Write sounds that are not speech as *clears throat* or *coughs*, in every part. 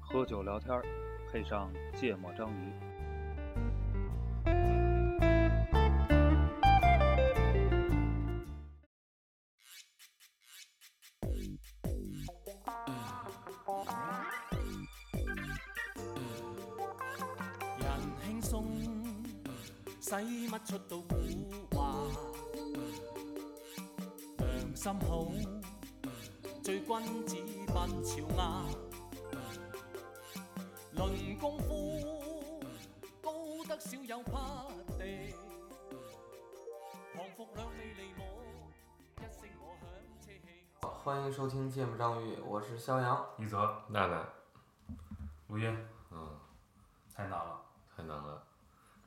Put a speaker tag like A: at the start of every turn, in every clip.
A: 喝酒聊天儿，配上芥末章鱼。
B: 人輕鬆，使乜出到古話？良心好，最君子不朝牙。論功夫，高得少有匹敵。降服兩味利我，一聲我響車氣。
C: 好欢迎收听《芥末章鱼》，我是肖阳。
D: 一泽、
E: 娜娜，
D: 卢音，
E: 嗯，
D: 太难了，
E: 太难了，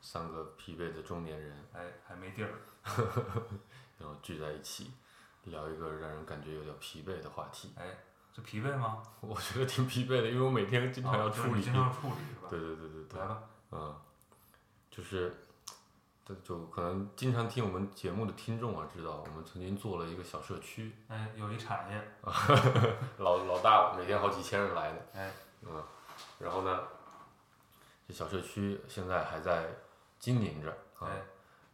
E: 三个疲惫的中年人，
D: 哎，还没地儿。
E: 然后聚在一起，聊一个让人感觉有点疲惫的话题。 *laughs*
D: 哎，这疲惫吗？
E: 我觉得挺疲惫的，因为我每天经常要
D: 啊就是
E: 处理。
D: 经常要处理是吧？
E: 对对对对对
D: 来，吧，
E: 嗯，就是，这就可能经常听我们节目的听众啊，知道我们曾经做了一个小社区，
D: 哎，有一产业，
E: 老老大了，每天好几千人来的。
D: 哎，
E: 嗯，然后呢，这小社区现在还在经营着啊。
D: 哎，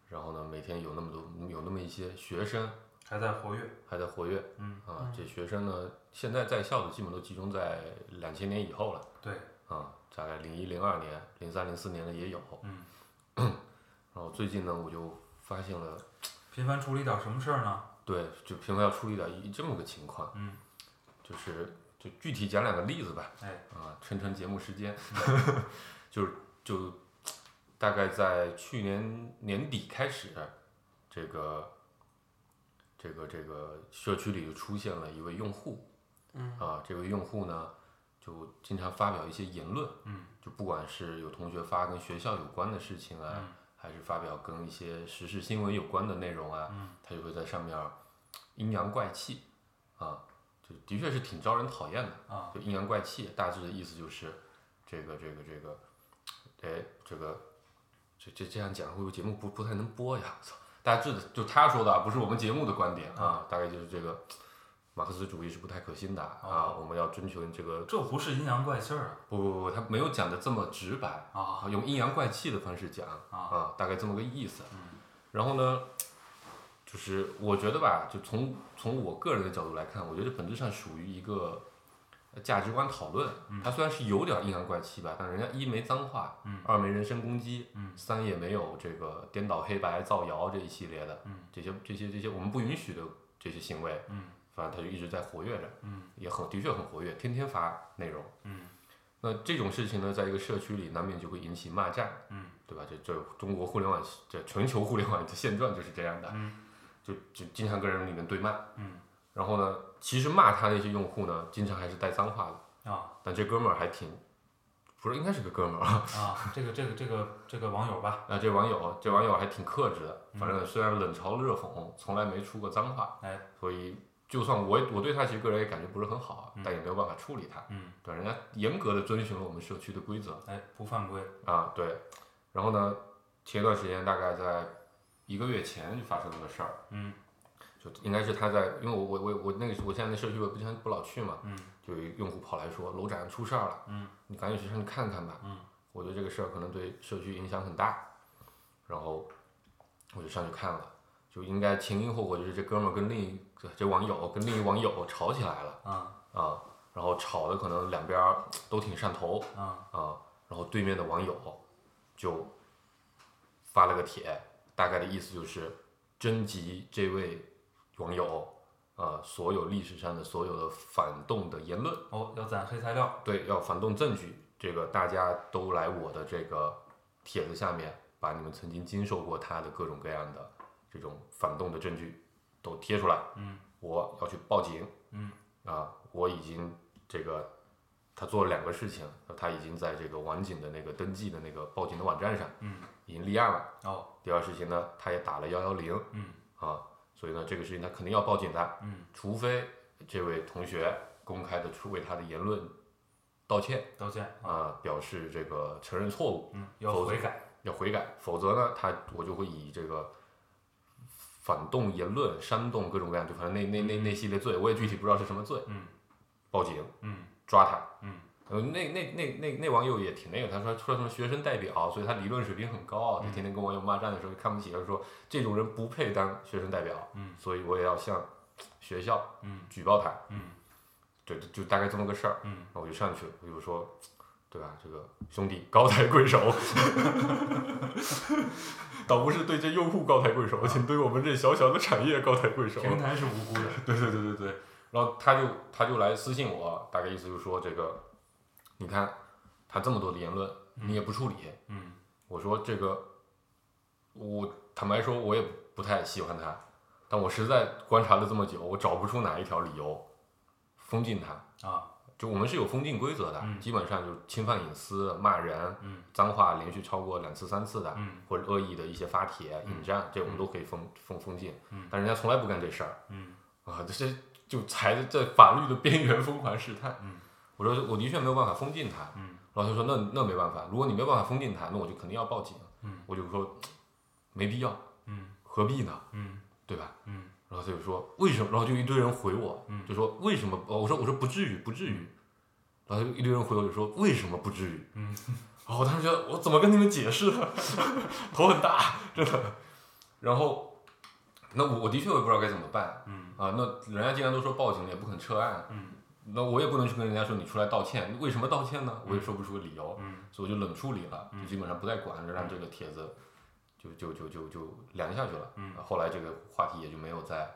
E: 然后呢，每天有那么多有那么一些学生
D: 还在活跃。
E: 还在活跃，
D: 嗯
E: 啊，这学生呢，现在在校的基本都集中在两千年以后了，
D: 对，
E: 啊，大概零一零二年、零三零四年的也有，
D: 嗯，
E: *coughs* 然后最近呢，我就发现了，
D: 频繁处理点什么事儿呢？
E: 对，就平常要处理点一这么个情况，
D: 嗯，
E: 就是就具体讲两个例子吧，
D: 哎，
E: 啊，撑撑节目时间， *laughs* 就是就大概在去年年底开始，这个这个这个社区里就出现了一位用户，
C: 嗯
E: 啊，这位用户呢就经常发表一些言论，
D: 嗯，
E: 就不管是有同学发跟学校有关的事情啊，
D: 嗯
E: 还是发表跟一些时事新闻有关的内容啊，
D: 嗯
E: 他就会在上面儿阴阳怪气，啊，就的确是挺招人讨厌的。
D: 啊，
E: 就阴阳怪气，大致的意思就是这个这个这个，哎，这个这这这样讲会不会节目不不太能播呀？ *laughs* 操，大致的就他说的啊，不是我们节目的观点啊，大概就是这个马克思主义是不太可信的啊
D: 哦，
E: 我们要追求这个
D: 这不是阴阳怪气儿
E: 不不不，他没有讲的这么直白
D: 啊
E: 啊，用阴阳怪气的方式讲
D: 啊
E: 啊，大概这么个意思。
D: 嗯
E: 然后呢，就是我觉得吧，就从从我个人的角度来看，我觉得本质上属于一个价值观讨论。它虽然是有点阴阳怪气吧，但人家一没脏话，
D: 嗯
E: 二没人身攻击，
D: 嗯
E: 三也没有这个颠倒黑白、造谣这一系列的，
D: 嗯
E: 这些这些这些我们不允许的这些行为，
D: 嗯
E: 反正他就一直在活跃着，
D: 嗯
E: 也很的确很活跃，天天发内容。
D: 嗯
E: 那这种事情呢，在一个社区里难免就会引起骂战，
D: 嗯
E: 对吧？这这中国互联网这全球互联网的现状就是这样的，
D: 嗯
E: 就就经常跟人里面对骂。
D: 嗯
E: 然后呢，其实骂他那些用户呢，经常还是带脏话的，
D: 啊
E: 但这哥们儿还挺，不是应该是个哥们儿啊， *laughs*
D: 啊，这个这个这个这个网友吧，
E: 啊这网友这网友还挺克制的，
D: 嗯
E: 反正虽然冷嘲热讽，从来没出过脏话，
D: 哎，
E: 所以就算我也我对他其实个人也感觉不是很好，啊
D: 嗯
E: 但也没有办法处理他，
D: 嗯，
E: 对，人家严格的遵循了我们社区的规则，
D: 哎，不犯规，
E: 啊，对。然后呢，前一段时间大概在一个月前就发生了个事儿，
D: 嗯
E: 就应该是他在，因为我我我我那个我现在那社区我不经常不老去嘛，
D: 嗯
E: 就有一用户跑来说楼展出事儿了，
D: 嗯
E: 你赶紧去上去看看吧。
D: 嗯，
E: 我觉得这个事儿可能对社区影响很大，然后我就上去看了，就应该前因后果就是这哥们儿跟另一这这网友跟另一网友吵起来了
D: 啊
E: 啊，然后吵的可能两边儿都挺上头，
D: 啊
E: 啊，然后对面的网友就发了个帖，大概的意思就是征集这位网友啊所有历史上的所有的反动的言论，
D: 哦，要攒黑材料，
E: 对，要反动证据，这个大家都来我的这个帖子下面，把你们曾经经受过他的各种各样的这种反动的证据都贴出来，
D: 嗯
E: 我要去报警，
D: 嗯
E: 啊，我已经这个他做了两个事情，他已经在这个网警的那个登记的那个报警的网站上
D: 嗯，
E: 已经立案了。
D: 哦，
E: 第二事情呢，他也打了幺幺零
D: 嗯
E: 啊，所以呢，这个事情他肯定要报警的，
D: 嗯
E: 除非这位同学公开的出为他的言论道歉
D: 道歉
E: 啊、表示这个承认错误，
D: 嗯，要
E: 否则
D: 悔改，
E: 要悔改，否则呢，他我就会以这个反动言论、煽动各种各样，就反正那那那那系列罪，我也具体不知道是什么罪，
D: 嗯
E: 报警
D: 嗯
E: 抓他。
D: 嗯
E: 呃，那那那那那网友也挺那个，他说说什么学生代表，所以他理论水平很高，啊他
D: 嗯
E: 天天跟网友骂战的时候看不起，他说这种人不配当学生代表，
D: 嗯
E: 所以我也要向学校
D: 嗯
E: 举报他，
D: 嗯
E: 对，就就大概这么个事儿。
D: 嗯，
E: 然后我就上去，我就说，对吧？这个兄弟高抬贵手， *laughs* 倒不是对这用户高抬贵手，请对我们这小小的产业高抬贵手。
D: 平台是无辜的，
E: *laughs* 对对对对对。然后他就他就来私信我，大概意思就是说这个，你看他这么多的言论，你也不处理。
D: 嗯
E: 我说这个，我坦白说我也不太喜欢他，但我实在观察了这么久，我找不出哪一条理由封禁他。
D: 啊
E: 就我们是有封禁规则的，
D: 嗯
E: 基本上就是侵犯隐私、骂人、
D: 嗯
E: 脏话连续超过两次、三次的，
D: 嗯
E: 或者恶意的一些发帖、
D: 嗯
E: 引战，这我们都可以封封封禁。
D: 嗯
E: 但人家从来不干这事儿
D: 嗯
E: 啊，这这就踩在法律的边缘疯狂试探。
D: 嗯
E: 我说我的确没有办法封禁他，
D: 嗯
E: 然后他说那那没办法，如果你没有办法封禁他，那我就肯定要报警。
D: 嗯
E: 我就说没必要，
D: 嗯
E: 何必呢？
D: 嗯
E: 对吧？
D: 嗯
E: 然后他就说为什么？然后就一堆人回我，
D: 嗯
E: 就说为什么？哦我说我说不至于，不至于。然后就一堆人回我就说为什么不至于？
D: 嗯，
E: *laughs* 然后我当时觉得我怎么跟你们解释呢？ *laughs* 头很大，真的。然后，那我我的确我也不知道该怎么办
D: 嗯
E: 啊。那人家既然都说报警了，也不肯撤案，
D: 嗯
E: 那我也不能去跟人家说你出来道歉，为什么道歉呢？我也说不出理由。
D: 嗯
E: 所以我就冷处理了，
D: 嗯
E: 就基本上不再管，就让这个帖子就就就就就凉下去了。
D: 嗯
E: 后来这个话题也就没有再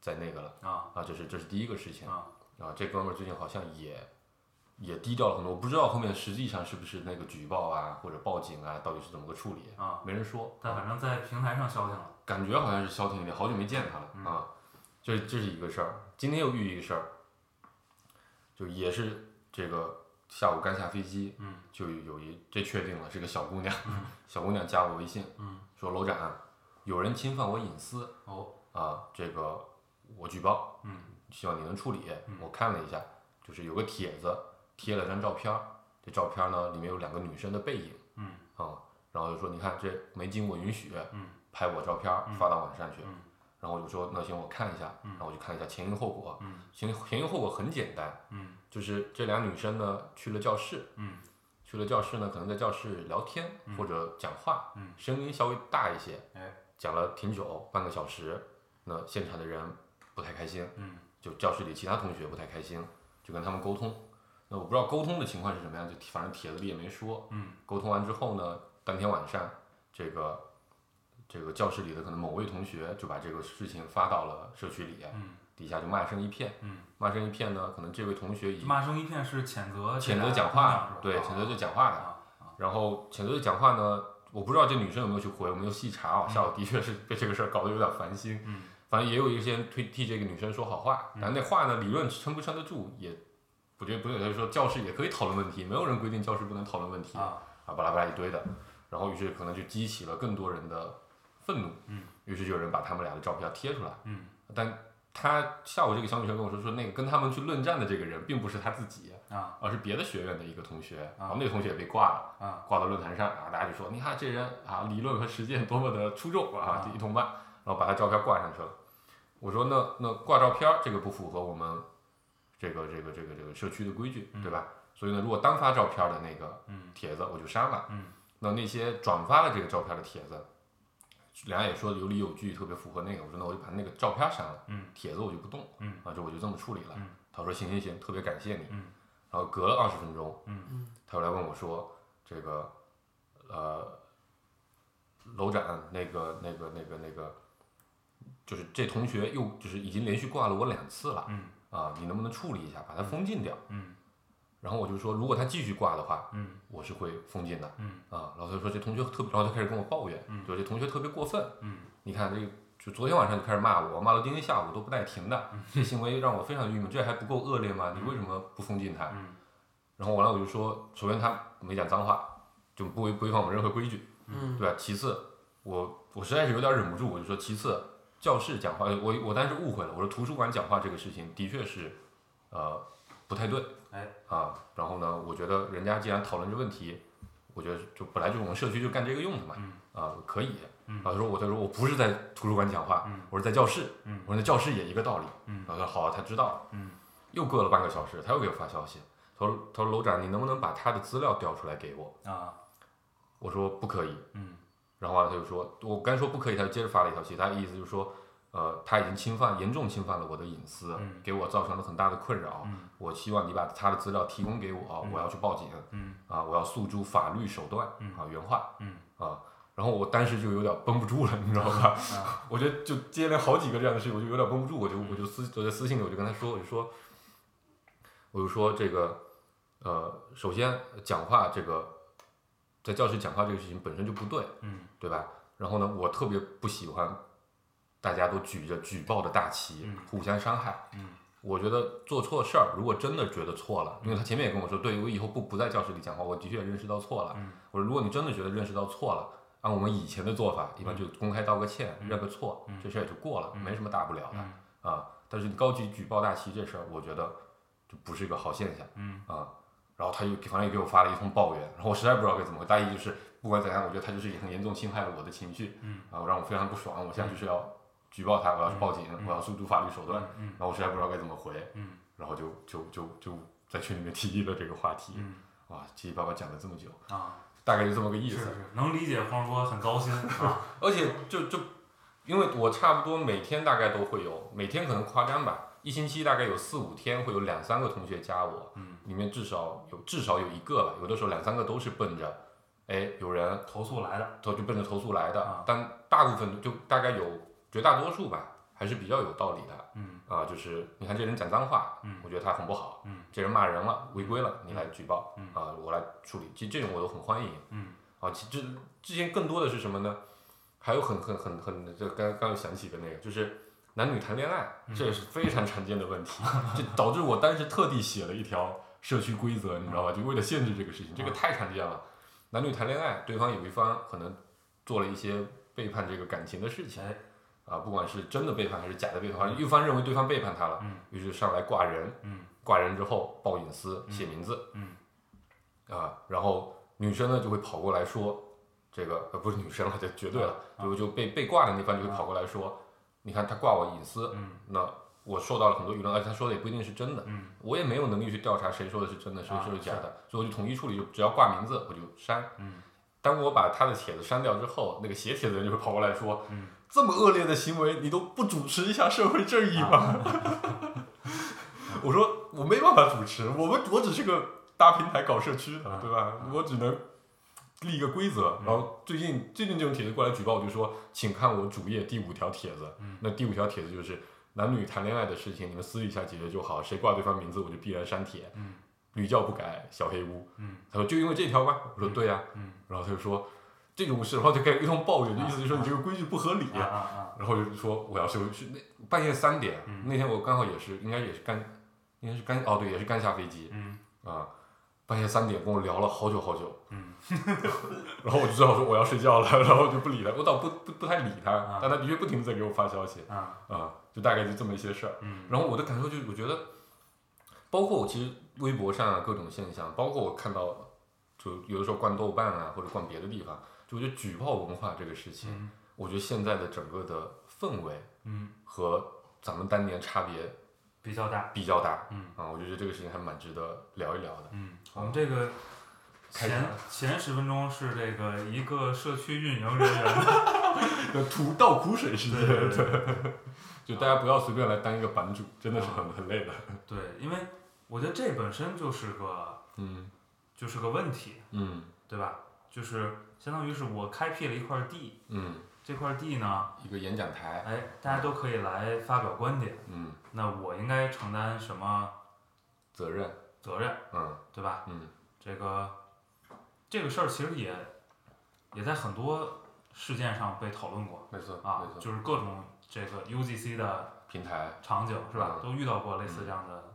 E: 再那个了
D: 啊
E: 啊，这是这是第一个事情
D: 啊
E: 啊。这哥们儿最近好像也也低调了很多，我不知道后面实际上是不是那个举报啊或者报警啊，到底是怎么个处理，
D: 啊，
E: 没人说。
D: 但反正在平台上消停了，
E: 感觉好像是消停一点，好久没见他了、
D: 嗯
E: 啊。这这是一个事儿，今天又遇一个事儿，就也是这个下午刚下飞机，
D: 嗯，
E: 就有一这确定了是个小姑娘，小姑娘加我微信，
D: 嗯，
E: 说楼长有人侵犯我隐私
D: 哦，
E: 啊，这个我举报，
D: 嗯
E: 希望你能处理。
D: 嗯
E: 我看了一下，就是有个帖子贴了张照片儿，这照片呢里面有两个女生的背影
D: 嗯
E: 啊，然后就说你看这没经我允许，
D: 嗯
E: 拍我照片儿
D: 嗯
E: 发到网上去。
D: 嗯
E: 然后我就说那行我看一下，
D: 嗯
E: 然后我就看一下前因后果。
D: 嗯
E: 前因前因后果很简单，
D: 嗯
E: 就是这俩女生呢去了教室，
D: 嗯
E: 去了教室呢可能在教室聊天、
D: 嗯
E: 或者讲话，
D: 嗯
E: 声音稍微大一些，
D: 哎
E: 讲了挺久，半个小时。那现场的人不太开心，
D: 嗯
E: 就教室里其他同学不太开心，就跟他们沟通。那我不知道沟通的情况是什么样，就反正帖子里也没说。
D: 嗯
E: 沟通完之后呢，当天晚上，这个这个教室里的可能某位同学就把这个事情发到了社区里，
D: 嗯
E: 底下就骂声一片。
D: 嗯，
E: 骂声一片呢，可能这位同学以
D: 骂声一片是啊谴责
E: 谴责讲话，对，谴责
D: 这
E: 这讲话的。
D: 啊
E: 然后谴责这讲话呢，我不知道这女生有没有去回，我没有细查啊。
D: 嗯
E: 下午的确是被这个事儿搞得有点烦心。
D: 嗯
E: 反正也有一些人推替这个女生说好话，
D: 嗯
E: 但那话呢，理论撑不撑得住也，我觉得不对。他就说教室也可以讨论问题，没有人规定教室不能讨论问题
D: 啊
E: 啊，巴拉巴拉一堆的。然后于是可能就激起了更多人的愤怒，
D: 嗯，
E: 于是就有人把他们俩的照片贴出来。
D: 嗯
E: 但她下午这个小女生跟我说，说那个跟他们去论战的这个人并不是她自己，
D: 啊
E: 而是别的学院的一个同学，
D: 啊
E: 然后那个同学也被挂了。
D: 啊
E: 挂到论坛上啊，大家就说你看这人啊，理论和实践多么的出众啊
D: 啊，
E: 一通骂，然后把他照片挂上去了。我说那那挂照片儿这个不符合我们这个这个这个这个社区的规矩，
D: 嗯
E: 对吧？所以呢，如果单发照片的那个
D: 嗯
E: 帖子我就删了，
D: 嗯，
E: 那那些转发了这个照片的帖子，人家也说有理有据，特别符合那个，我说那我就把那个照片删了，
D: 嗯，
E: 帖子我就不动，
D: 嗯，
E: 啊，这我就这么处理了。
D: 嗯
E: 他说行行行，特别感谢你，
D: 嗯，
E: 然后隔了二十分钟，
C: 嗯
E: 他又来问我说：“这个，呃，楼长，那个、那个、那个、那个，就是这同学又就是已经连续挂了我两次了
D: 嗯
E: 啊，你能不能处理一下，把他封禁掉
D: 嗯？”
E: 然后我就说：“如果他继续挂的话，
D: 嗯
E: 我是会封禁的
D: 嗯
E: 啊。”然后他就说：“这同学特别……”然后他开始跟我抱怨，
D: 嗯
E: 就这同学特别过分，
D: 嗯
E: 你看这个。就昨天晚上就开始骂我，骂到今天下午都不带停的，
D: 嗯
E: 这行为让我非常郁闷。这还不够恶劣吗？你为什么不封禁他？
D: 嗯
E: 然后完了我就说，首先他没讲脏话，就不违不违反我们任何规矩，
C: 嗯
E: 对吧？其次，我我实在是有点忍不住，我就说，其次，教室讲话，我我当时误会了，我说图书馆讲话这个事情的确是，呃，不太对，
D: 哎，
E: 啊，然后呢，我觉得人家既然讨论这问题，我觉得就本来就是我们社区就干这个用的嘛，
D: 嗯
E: 啊，可以。
D: 嗯
E: 啊，他说我他说我不是在图书馆讲话，
D: 嗯
E: 我是在教室，
D: 嗯
E: 我说那教室也一个道理，
D: 嗯
E: 然后他说好、啊他知道了，
D: 嗯，
E: 又过了半个小时，他又给我发消息，他说他说楼长，你能不能把他的资料调出来给我？
D: 啊，
E: 我说不可以，
D: 嗯
E: 然后完了他就说，我刚说不可以，他就接着发了一条消息，他的意思就是说，呃，他已经侵犯严重侵犯了我的隐私，
D: 嗯
E: 给我造成了很大的困扰，
D: 嗯
E: 我希望你把他的资料提供给我，我要去报警
D: 嗯
E: 啊，我要诉诸法律手段
D: 嗯
E: 啊，原话，
D: 嗯
E: 啊，然后我当时就有点绷不住了，你知道吧？ *laughs* 我觉得就接连好几个这样的事情，我就有点绷不住，我就我就私我在私信里我就跟他说，我就说，我就说这个，呃，首先讲话这个，在教室讲话这个事情本身就不对，
D: 嗯
E: 对吧？然后呢，我特别不喜欢大家都举着举报的大旗，
D: 嗯
E: 互相伤害。
D: 嗯
E: 我觉得做错事儿，如果真的觉得错了，因为他前面也跟我说，对我以后不不在教室里讲话，我的确也认识到错了。
D: 嗯
E: 我说，如果你真的觉得认识到错了，按我们以前的做法，一般
D: 嗯
E: 就公开道个歉，认个错，这事儿也就过了，没什么大不了的、
D: 嗯
E: 啊。但是你高举举报大旗这事儿，我觉得就不是一个好现象。
D: 嗯
E: 啊，然后他就反正也给我发了一通抱怨，然后我实在不知道该怎么回。大意就是不管怎样，我觉得他就是也很严重侵害了我的情绪，
D: 嗯，
E: 啊，让我非常不爽，我现在就是要举报他，我要去报警，我要诉诸法律手段，
D: 嗯
E: 然后我实在不知道该怎么回，
D: 嗯
E: 然后就就就就在群里面提议了这个话题，
D: 嗯
E: 哇，七七八八讲了这么久，
D: 啊，
E: 大概就这么个意
D: 是
E: 思。
D: 是，能理解黄世波很高兴啊，
E: 而且就就因为我差不多每天大概都会有，每天可能夸张吧，一星期大概有四五天会有两三个同学加我，
D: 嗯，
E: 里面至少有至少有一个吧，有的时候两三个都是奔着，哎，有人
D: 投诉来的，
E: 投就奔着投诉来的，
D: 啊
E: 但大部分就大概有绝大多数吧，还是比较有道理的
D: 嗯
E: 啊，就是你看这人讲脏话，
D: 嗯
E: 我觉得他很不好，
D: 嗯
E: 这人骂人了，违规了，你来举报，
D: 嗯
E: 啊，我来处理，其实这种我都很欢迎，
D: 嗯
E: 啊，其之之前更多的是什么呢？还有很很很很，这刚刚又想起的那个，就是男女谈恋爱，
D: 嗯
E: 这也是非常常见的问
D: *laughs*
E: 题，这导致我当时特地写了一条社区规则，你知道吧？就为了限制这个事情，这个太常见了。男女谈恋爱，对方有一方可能做了一些背叛这个感情的事情，
D: 哎
E: 啊，不管是真的背叛还是假的背叛，反正一方认为对方背叛他了，
D: 嗯
E: 于是上来挂人，
D: 嗯
E: 挂人之后报隐私、写名字，
D: 嗯
E: 啊，然后女生呢就会跑过来说，这个呃不是女生了，这绝对了，
D: 啊
E: 就就被被挂的那方就会跑过来说，你看他挂我隐私，
D: 嗯
E: 那我受到了很多舆论，而且他说的也不一定是真的，
D: 嗯
E: 我也没有能力去调查谁说的是真的，谁
D: 啊
E: 说的假
D: 是
E: 的，所以我就统一处理，就只要挂名字我就删。
D: 嗯
E: 当我把他的帖子删掉之后，那个写帖的人就会跑过来说，
D: 嗯
E: 这么恶劣的行为，你都不主持一下社会正义吗？ *laughs* 我说我没办法主持，我们我只是个大平台搞社区的，
D: 啊
E: 对吧？我只能立一个规则。
D: 嗯
E: 然后最近最近这种帖子过来举报，我就说，请看我主页第五条帖子。
D: 嗯
E: 那第五条帖子就是男女谈恋爱的事情，你们私底下解决就好，谁挂对方名字，我就必然删帖。
D: 嗯
E: 屡教不改，小黑屋。
D: 嗯
E: 他说就因为这条吗？我说对呀、啊
D: 嗯
E: 然后他就说这种事，然后就开始一通抱怨，就意思就是说你这个规矩不合理。
D: 啊啊啊，
E: 然后就说我要是去那半夜三点，
D: 嗯
E: 那天我刚好也是应该也是刚，应该是刚哦对，也是刚下飞机
D: 嗯
E: 啊，半夜三点跟我聊了好久好久，
D: 嗯
E: *laughs* 然后我就只好说我要睡觉了，然后我就不理他，我倒不不不太理他
D: 啊，
E: 但他的确不停地在给我发消息
D: 啊
E: 啊，就大概就这么一些事儿。
D: 嗯
E: 然后我的感受就是，我觉得，包括我其实微博上啊各种现象，包括我看到，就有的时候逛豆瓣啊或者逛别的地方，就我觉得举报文化这个事情，
D: 嗯
E: 我觉得现在的整个的氛围
D: 嗯，
E: 和咱们当年差别
D: 比较大，
E: 比较大。
D: 嗯
E: 啊，我就觉得这个事情还蛮值得聊一聊的。
D: 嗯，我们这个
E: 开始
D: 前
E: 了
D: 前十分钟是这个一个社区运营人员的，
E: *laughs* 吐倒苦水事
D: 对对对
E: *laughs* 就大家不要随便来当一个版主，真的是很很累的。
D: 对，因为我觉得这本身就是个
E: 嗯
D: 就是个问题，
E: 嗯
D: 对吧？就是相当于是我开辟了一块地，
E: 嗯，
D: 这块地呢，
E: 一个演讲台，
D: 哎，大家都可以来发表观点，
E: 嗯，
D: 那我应该承担什么
E: 责任，
D: 责任，
E: 嗯
D: 对吧？
E: 嗯
D: 这个这个事儿其实也也在很多事件上被讨论过
E: 没错
D: 啊
E: 没，错，
D: 就是各种这个 UGC 的
E: 平台，
D: 场景是吧，
E: 嗯
D: 都遇到过类似这样的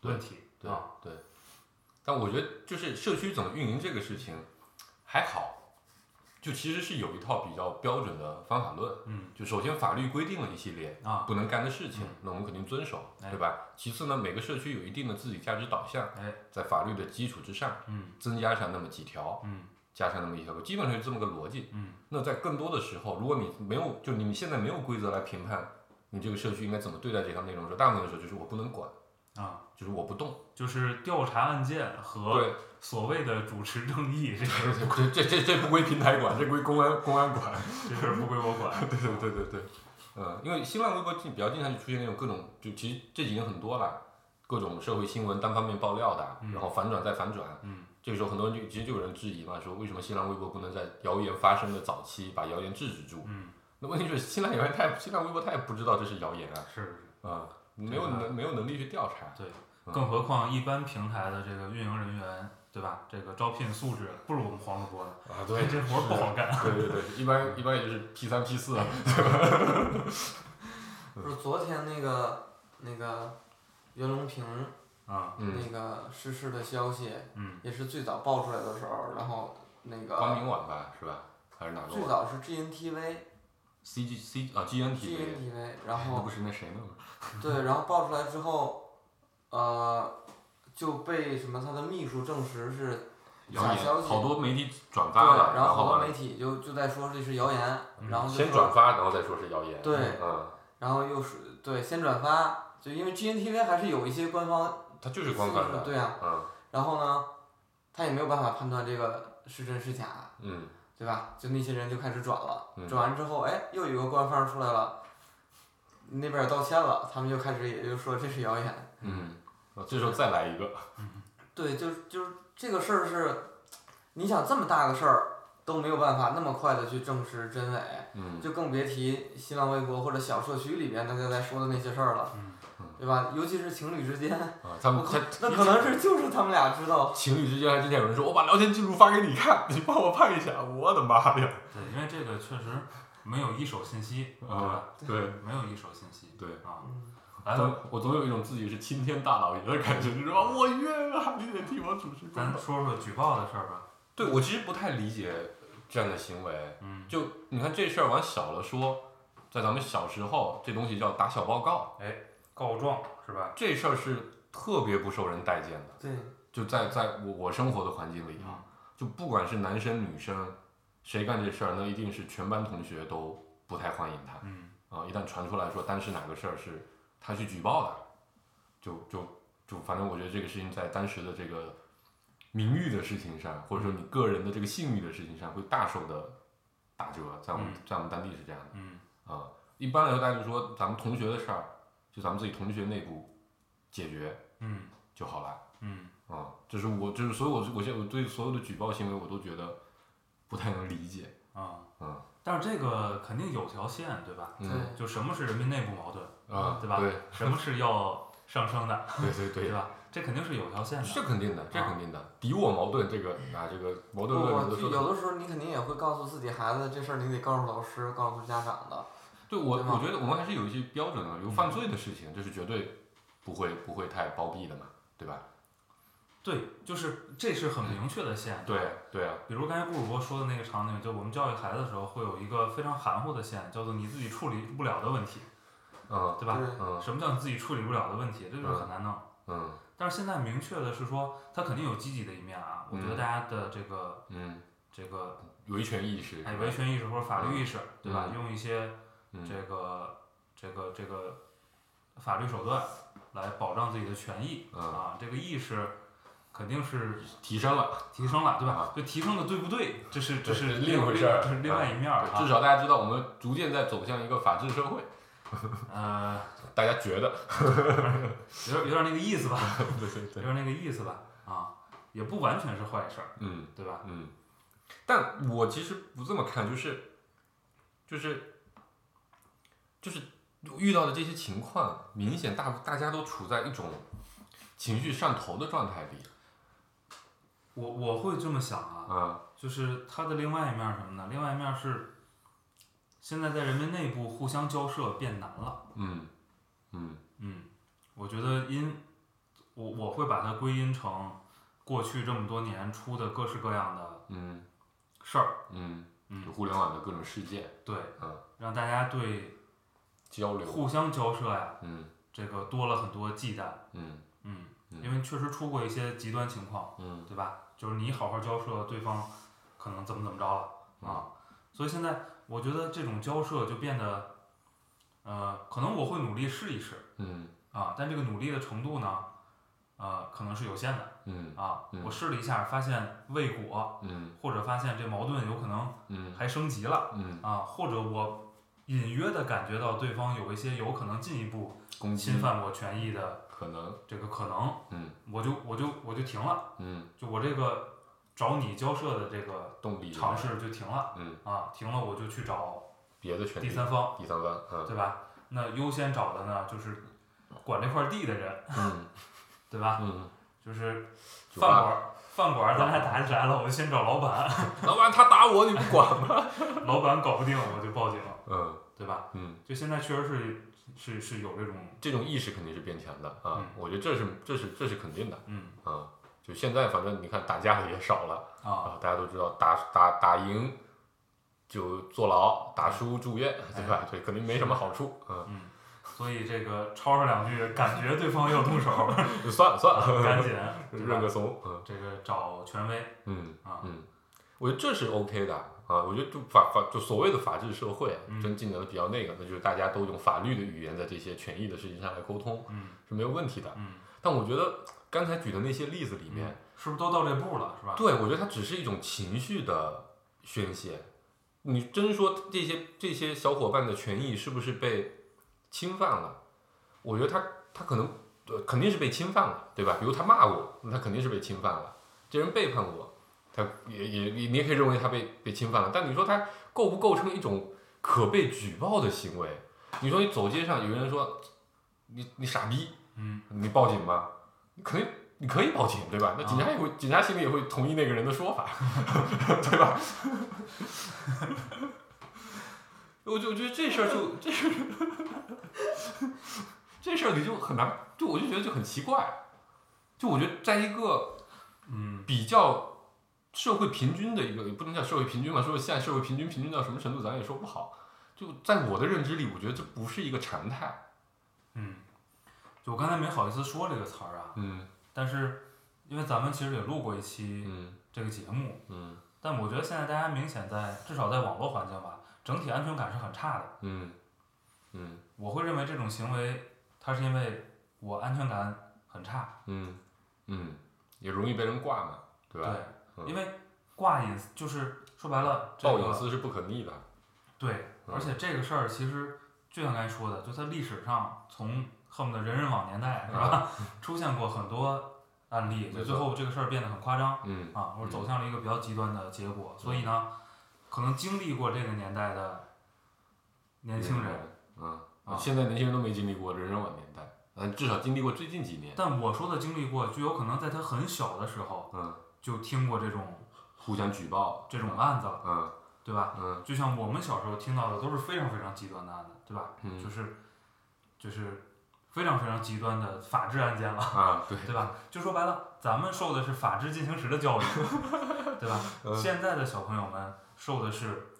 D: 问题
E: 对
D: 啊，
E: 嗯对，但我觉得就是社区怎么运营这个事情还好，就其实是有一套比较标准的方法论。
D: 嗯
E: 就首先法律规定了一系列
D: 啊，
E: 不能干的事情
D: 嗯，
E: 那我们肯定遵守，
D: 哎
E: 对吧？其次呢，每个社区有一定的自己价值导向，
D: 哎，
E: 在法律的基础之上，
D: 嗯
E: 增加上那么几条，
D: 嗯
E: 加上那么一条，基本上是这么个逻辑。
D: 嗯
E: 那在更多的时候，如果你没有，就你们现在没有规则来评判你这个社区应该怎么对待这项内容的时候，大部分的时候就是我不能管，
D: 啊，
E: 就是我不动。
D: 就是调查案件和
E: 对，
D: 所谓的主持正义，这个
E: 这 *laughs* 这这这不归平台管，这归公安公安管。 *laughs*
D: 这事儿不归我管。
E: 对对对对对，嗯，因为新浪微博比较经常就出现那种各种，就其实这几年很多了，各种社会新闻单方面爆料的，
D: 嗯
E: 然后反转再反转。
D: 嗯
E: 这个时候很多人就其实就有人质疑嘛，说为什么新浪微博不能在谣言发生的早期把谣言制止住？
D: 嗯，
E: 那问题是新浪谣言他也新浪微博他也不知道这是谣言啊，
D: 是是。
E: 啊、没有
D: 对吧
E: 能没有能力去调查。
D: 对，
E: 嗯
D: 更何况一般平台的这个运营人员，对吧？这个招聘素质不如我们黄主播的，
E: 啊，
D: 这 *laughs* 这活儿不好干。
E: 对对对，一般一般也就是 P 三 P 四啊，嗯
C: 不是昨天那个那个袁隆平
D: 啊，
E: 嗯，
C: 那个逝世的消息，
D: 嗯
C: 也是最早爆出来的时候，然后那
E: *laughs* 光
C: 个
E: 明晚吧是吧？还是哪个
C: 最
E: 晚
C: 早是 GNTV
E: ？C G C 啊 G N T V， *laughs*
C: GNTV，然
E: 那
C: 后
E: 不是那谁吗？
C: 对，然后爆出来之后，呃，就被什么他的秘书证实是
E: 谣
C: 假
E: 言
C: 消息，
E: 好多媒体转
C: 对，
E: 发了，
C: 然后好多
E: 完
C: 媒体就就在说这是谣言，然后就
E: 先
C: 说
E: 转发，然后再说是谣言。
C: 对
E: 嗯，
C: 然后又是对先转发，就因为 GNTV 还是有一些官方
E: 它就是官方的。
C: 对啊，
E: 嗯
C: 然后呢，他也没有办法判断这个是真是假，
E: 嗯
C: 对吧？就那些人就开始转了，
E: 嗯
C: 转完之后，哎，又有一个官方出来了，那边也道歉了，他们就开始也就说这是谣言。
E: 嗯，啊这时候再来一个，
C: 对，就是就是这个事儿是，你想这么大个事儿都没有办法那么快的去证实真伪，
E: 嗯，
C: 就更别提新浪微博或者小社区里边大家在说的那些事儿了
D: 嗯
E: 嗯，
C: 对吧？尤其是情侣之间，
E: 啊，他们
C: 我靠
E: 他
C: *laughs* 那可能是就是他们俩知道，
E: 情侣之间还之前有人说，我把聊天记录发给你看，你帮我判一下，我的妈呀！
D: 对，因为这个确实没有一手信息，对吧？
E: 啊，对
D: 没有一手信息
C: *laughs*
E: 对，
D: 啊。
C: 嗯
D: 来，
E: 总我总有一种自己是青天大老爷的感觉，就是说我冤啊，你得替我主持公
D: 咱
E: 道。
D: 说说举报的事儿吧。
E: 对我其实不太理解这样的行为，
D: 嗯，
E: 就你看这事儿往小了说，在咱们小时候，这东西叫打小报告，
D: 告状是吧？
E: 这事儿是特别不受人待见的。
C: 对，
E: 就在在我我生活的环境里啊，就不管是男生女生，谁干这事儿，那一定是全班同学都不太欢迎他
D: 嗯
E: 啊。一旦传出来说当时哪个事儿是他去举报的，就就就反正我觉得这个事情在当时的这个名誉的事情上，或者说你个人的这个信誉的事情上，会大受的打折。在我们
D: 嗯
E: 在我们当地是这样的。
D: 嗯
E: 啊、一般来说，大家就说咱们同学的事儿，就咱们自己同学内部解决
D: 嗯
E: 就好了啊、
D: 嗯
E: 这是我，就是所以我，我现在我对所有的举报行为，我都觉得不太能理解。
D: 啊。
E: 嗯
D: 但是这个肯定有条线，对吧？
E: 嗯
C: 对
D: 就什么是人民内部矛盾，
E: 啊、
D: 对吧
E: 对
D: 什么是要上升的，
E: 对 *laughs* 对
D: *laughs* 对
E: 对，
D: 吧？这肯定是有条线的。
E: 这肯定的，这肯定的，敌我矛盾这个啊，这个矛
C: 不
E: 盾论
C: 不，
E: 有的
C: 就
E: 时候，
C: 有的时候你肯定也会告诉自己孩子这事儿，你得告诉老师，告诉家长
E: *laughs*
C: 的。
E: 对我
C: 对吗
E: 我觉得我们还是有一些标准的，有犯罪的事情，这是绝对不会不会太包庇的嘛，对吧？
D: 对，就是这是很明确的线。
E: 对对啊，
D: 比如刚才顾主播说的那个场景，就我们教育孩子的时候，会有一个非常含糊的线，叫做你自己处理不了的问题，
E: 嗯
D: 对吧？
C: 对
E: 嗯
D: 什么叫你自己处理不了的问题？这就是很难弄。
E: 嗯
D: 但是现在明确的是说，它肯定有积极的一面啊。我觉得
E: 嗯
D: 大家的这个、
E: 嗯，
D: 这个
E: 维权意识，
D: 哎维权意识或者法律意识，对吧？
E: 嗯
D: 用一些
E: 嗯
D: 这个、这个这个法律手段来保障自己的权益、
E: 嗯
D: 啊，这个意识肯定是
E: 提升了。
D: 提升了，对吧
E: 啊？
D: 就提升的对不对？这是这
E: 这
D: 是
E: 是另一回事儿
D: 这是另外一面儿
E: 对，至
D: 啊。
E: 少大家知道我们逐渐在走向一个法治社会，
D: 呃，
E: 大家觉得，
D: 有点有点那个意思吧，
E: 对对
D: 有，点那个意思吧，啊，也不完全是坏事儿，
E: 嗯
D: 对吧？
E: 嗯，但我其实不这么看，就是就是就是遇到的这些情况，明显大大家都处在一种情绪上头的状态里
D: 我我会这么想啊，
E: 啊，
D: 就是它的另外一面儿是什么呢？另外一面儿是，现在在人民内部互相交涉变难了。
E: 嗯嗯
D: 嗯，我觉得因我我会把它归因成过去这么多年出的各式各样的
E: 嗯
D: 事儿，
E: 嗯
D: 嗯
E: 就互联网的各种事件
D: 对
E: 嗯，
D: 让大家对
E: 交流，
D: 互相交涉呀，
E: 嗯
D: 这个多了很多忌惮，
E: 嗯
D: 嗯，
E: 嗯
D: 因为确实出过一些极端情况，
E: 嗯
D: 对吧？就是你好好交涉，对方可能怎么怎么着了啊。所以现在我觉得这种交涉就变得，呃，可能我会努力试一试
E: 嗯
D: 啊，但这个努力的程度呢，呃，可能是有限的
E: 嗯
D: 啊
E: 嗯。
D: 我试了一下，发现未果，
E: 嗯
D: 或者发现这矛盾有可能
E: 嗯
D: 还升级了
E: 嗯，
D: 啊，或者我隐约的感觉到对方有一些有可能进一步
E: 攻击
D: 侵犯我权益的
E: 可能，
D: 这个可能，
E: 嗯
D: 我就我就我就停了，
E: 嗯，
D: 就我这个找你交涉的这个
E: 动力
D: 尝，试就停了
E: 嗯，
D: 啊，停了我就去找
E: 别的权利，
D: 第三方，
E: 第三方，嗯
D: 对吧？那优先找的呢就是管这块地的人，
E: 嗯
D: 对吧？
E: 嗯，
D: 就是
E: 酒
D: 饭
E: 吧
D: 馆儿饭馆儿咱俩打起来了，我就先找老板，
E: 老板他打我你不管
D: *laughs*
E: 吗？
D: 老板搞不定我就报警，
E: 嗯
D: 对吧？
E: 嗯，
D: 就现在确实是是是有这种
E: 这种意识肯定是变强的啊
D: 嗯，
E: 我觉得这是这是这是肯定的
D: 嗯
E: 啊。就现在，反正你看打架的也少了
D: 啊
E: 啊，大家都知道打打打赢就坐牢，打输住院，对
D: 哎
E: 吧？这肯定没什么好处，嗯，
D: 嗯，所以这个吵吵两句，感觉对方要动
E: *laughs*
D: 手，
E: 就算了算了， *laughs*
D: 赶紧对吧
E: 认个怂，嗯
D: 这个找权威
E: 嗯。
D: 啊，
E: 嗯，我觉得这是 OK 的啊。我觉得就法法就所谓的法治社会，啊
D: 嗯
E: 真进展的比较那个，那就是大家都用法律的语言在这些权益的事情上来沟通
D: 嗯
E: 是没有问题的。
D: 嗯，
E: 但我觉得刚才举的那些例子里面，
D: 是不是都到这步了，是吧？
E: 对我觉得它只是一种情绪的宣泄。你真说这些这些小伙伴的权益是不是被侵犯了？我觉得他他可能呃肯定是被侵犯了，对吧？比如他骂我，那他肯定是被侵犯了。这人背叛我，他也也你你也可以认为他被被侵犯了。但你说他构不构成一种可被举报的行为？你说你走街上有人说你你傻逼，
D: 嗯，
E: 你报警吧，你肯定你可以报警，对吧？那警察也会，警察心里也会同意那个人的说法， *laughs* 对吧？ *laughs* 我就我觉得这事儿就这事儿，这事儿你就很难，就我就觉得就很奇怪，就我觉得在一个
D: 嗯
E: 比较社会平均的一个，也不能叫社会平均吧，说现在社会平均平均到什么程度，咱也说不好。就在我的认知里，我觉得这不是一个常态。
D: 嗯，就我刚才没好意思说这个词儿啊，
E: 嗯
D: 但是因为咱们其实也录过一期
E: 嗯
D: 这个节目，
E: 嗯
D: 但我觉得现在大家明显在至少在网络环境吧，整体安全感是很差的。
E: 嗯嗯
D: 我会认为这种行为，它是因为我安全感很差，
E: 嗯，嗯，也容易被人挂嘛，对
D: 对
E: 吧？，嗯
D: 因为挂隐私就是说白了，这
E: 报
D: 个
E: 隐私是不可逆的。
D: 对，
E: 嗯
D: 而且这个事儿其实就像刚才说的，就它历史上从恨不得人人网年代是吧， *laughs* 出现过很多案例，
E: 嗯没
D: 就
E: 错
D: 最后这个事儿变得很夸张
E: 嗯
D: 啊，或者走向了一个比较极端的结果。所以呢，可能经历过这个年代的年轻人，，
E: 嗯，
D: 啊
E: 现在年轻人都没经历过人人网年代，嗯，至少经历过最近几年，
D: 但我说的经历过，就有可能在他很小的时候
E: 嗯，
D: 就听过这种
E: 互相举报
D: 这种，案子了，
E: 嗯
D: 对吧？
E: 嗯
D: 就像我们小时候听到的都是非常非常极端的案子，对吧？就
E: 嗯
D: 是就是非常非常极端的法治案件了，
E: 啊，对，
D: 对吧？就说白了，咱们受的是法治进行时的教育， *laughs* 对吧？
E: 嗯
D: 现在的小朋友们受的是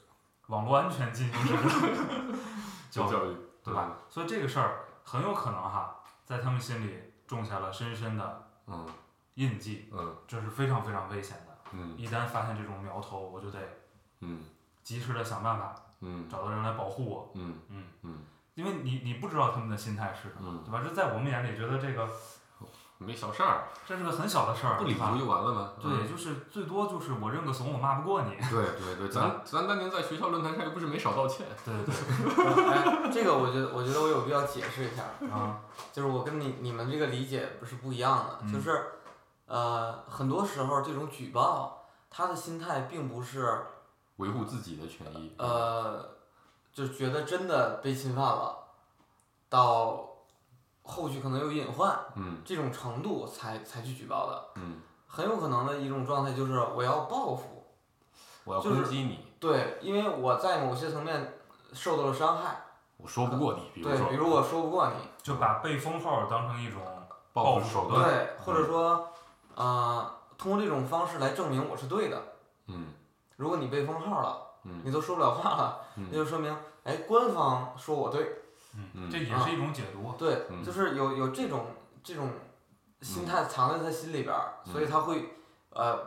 D: 网络安全进行时的 *laughs* 教育，
E: 教育，
D: 对吧？？所以这个事儿很有可能哈，在他们心里种下了深深的
E: 嗯
D: 印记，
E: 嗯
D: 这是非常非常危险的。
E: 嗯
D: 一旦发现这种苗头，我就得
E: 嗯
D: 及时的想办法
E: 嗯
D: 找到人来保护我，
E: 嗯
D: 嗯
E: 嗯，
D: 因为你你不知道他们的心态是什么，
E: 嗯
D: 对吧？这在我们眼里觉得这个
E: 没小事儿，
D: 这是个很小的事儿，
E: 不理
D: 对吧
E: 不就完了吗？
D: 啊
E: 嗯
D: 对，就是最多就是我认个怂，我骂不过你。
E: 对对对，咱咱当年在学校论坛上又不是没少道歉，
D: 对对 *laughs*
C: 哎，这个我觉得，我觉得我有必要解释一下，
D: 对，啊，
C: 就是我跟你你们这个理解不是不一样的，
D: 嗯
C: 就是，呃，很多时候这种举报，他的心态并不是
E: 维护自己的权益，，
C: 呃，就觉得真的被侵犯了，到后续可能有隐患
E: 嗯
C: 这种程度才才去举报的，
E: 嗯，
C: 很有可能的一种状态就是我要报复，
E: 我要
C: 就是
E: 攻击你，
C: 对，因为我在某些层面受到了伤害，
E: 我说不过你，比如
C: 对，
E: 说，
C: 比如我说不过你，
D: 就把被封号当成一种
E: 报
D: 复
E: 复手段，
C: 对，或者说，呃，通过这种方式来证明我是对的。
E: 嗯
C: 如果你被封号了，
E: 嗯
C: 你都说不了话了，
E: 嗯
C: 那就说明哎，官方说我对，
D: 嗯，
E: 嗯
D: 这
C: 啊
D: 也是一种解读。
C: 对，
E: 嗯
C: 就是有有这种这种
D: 嗯
C: 心态藏在他心里边儿，所以他会呃，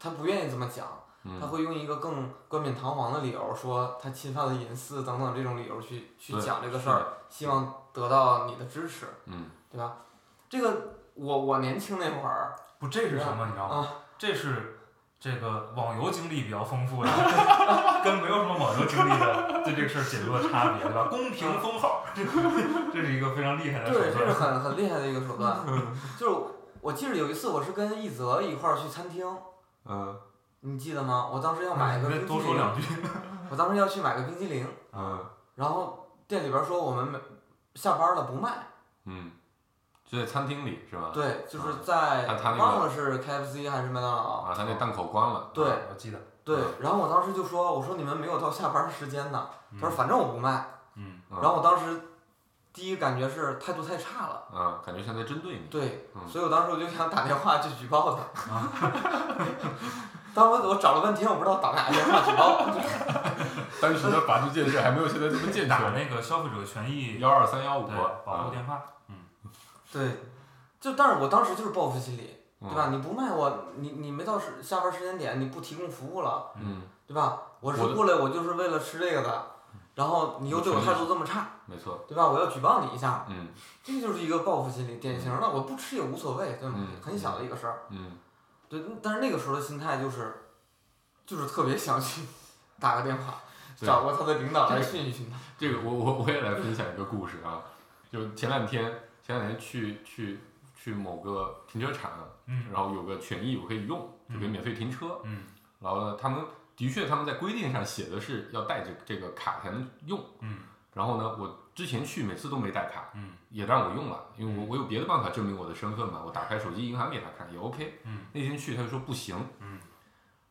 C: 他不愿意这么讲，
D: 嗯
C: 他会用一个更冠冕堂皇的理由说他侵犯了隐私等等这种理由去去
E: 对
C: 讲这个
E: 是
C: 事儿，希望得到你的支持，
E: 嗯
C: 对吧？这个我我年轻那会儿，
D: 不，这是什么？你知道吗？
C: 啊
D: 这是这个网游经历比较丰富的， *laughs* 跟没有什么网游经历的对这个事儿解读的差别，对吧？公平封号，这这是一个非常厉害的
C: 啊对，
D: 哎手
C: 这是
D: 段。
C: 很很厉害的一个手
D: *laughs*
C: 段，就是我记得有一次我是跟一泽一块儿去餐厅。
E: 嗯
C: 你记得吗？我当时要买一个
D: 哎
C: 啊
D: 你
C: 冰
D: 再
C: 激
D: *laughs* 多说
C: 凌，
D: 两句。
C: 我当时要去买个冰激凌，
E: 嗯
C: 然后店里边说我们没下班了不卖，
E: 嗯，就在餐厅里是吧？
C: 对，就是
E: 嗯
C: 在
E: 他他那个
C: 忘了是 KFC 还是麦当劳，
E: 啊，他那档口关了。
C: 对
D: 我记得，
C: 对，然后我当时就说我说你们没有到下班时间呢，他说反正我不卖，
D: 嗯，
E: 嗯
C: 然后我当时第一感觉是态度太差了，
E: 啊，感觉像在针对你。
C: 对，
E: 嗯
C: 所以我当时我就想打电话去举报他，
E: *laughs*
C: 当我我找了半天我不知道打哪个电话举报，
E: 当时的法制建设还没有现在这么健
D: 打
E: 全。
D: 那个消费者权益
E: 幺二三幺五，
D: 对保护
E: 啊
D: 电话，
C: 对，就但是我当时就是报复心理。对吧？
E: 嗯
C: 你不卖我，你你没到时下班时间点，你不提供服务了，
E: 嗯，
C: 对吧？我是
E: 我的
C: 过来，我就是为了吃这个的，然后你又对我态度这么差，
E: 没错，
C: 对吧？我要举报你一下，
E: 嗯
C: 这就是一个报复心理，典型的我不吃也无所谓，对吗？
E: 嗯
C: 很小的一个事儿，
E: 嗯
C: 对。但是那个时候的心态就是，就是特别想去 *laughs* 打个电话，
E: 对
C: 找过他的领导来训一训他。
E: 这个我我我也来分享一个故事啊，就前两天前两天去去去某个停车场，
D: 嗯
E: 然后有个权益我可以用，就可以免费停车。
D: 嗯
E: 然后呢，他们的确他们在规定上写的是要带着这个卡才能用。
D: 嗯
E: 然后呢，我之前去每次都没带卡，
D: 嗯
E: 也让我用了，因为我我有别的办法证明我的身份嘛，我打开手机银行给他看也 OK。
D: 嗯
E: 那天去他就说不行，
D: 嗯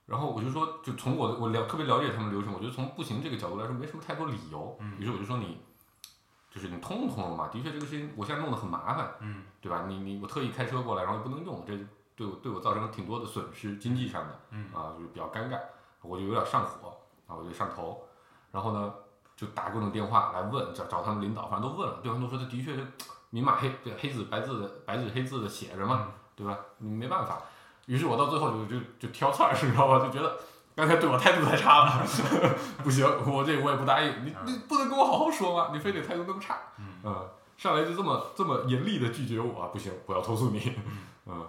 E: 然后我就说，就从我的我了特别了解他们流程，我觉得从步行这个角度来说，没什么太多理由。
D: 嗯
E: 于是我就说你，就是你通融通融嘛。的确，这个事情我现在弄得很麻烦，
D: 嗯
E: 对吧？你你我特意开车过来，然后又不能用，这对我对我造成了挺多的损失，经济上的
D: 嗯
E: 啊，就是比较尴尬。我就有点上火啊，我就上头，然后呢就打各种电话来问，找找他们领导，反正都问了，对方都说他的确是明码黑这黑字白字的白纸黑字的写着嘛，
D: 嗯
E: 对吧？你没办法。于是我到最后就就就挑刺儿， *laughs* 你知道吧？就觉得刚才对我态度太差了， *laughs* 不行，我这我也不答应。你你不能跟我好好说吗？你非得态度那么差，
D: 嗯
E: 嗯，上来就这么这么严厉的拒绝我，啊，不行，我要投诉你， *laughs* 嗯。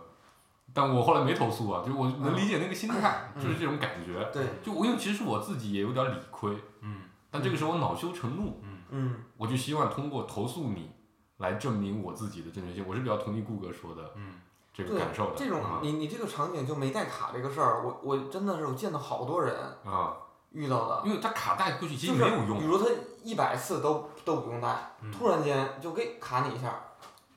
E: 但我后来没投诉啊，就我能理解那个心态，
C: 嗯
E: 就是这种感觉。
C: 对，
E: 就我因为其实我自己也有点理亏，
D: 嗯
E: 但这个时候我恼羞成怒，
D: 嗯
C: 嗯
E: 我就希望通过投诉你来证明我自己的正确性。我是比较同意顾哥说的
D: 嗯
E: 这个
C: 对
E: 感受的。
C: 这种
E: 啊
C: 你你这个场景就没带卡这个事儿，我我真的是我见到好多人
E: 啊，
C: 遇到的，
E: 因为它卡带过去其
C: 就
E: 实
C: 是
E: 没有
C: 比
E: 用。
C: 如他一百次都都不用带，
D: 嗯
C: 突然间就给卡你一下，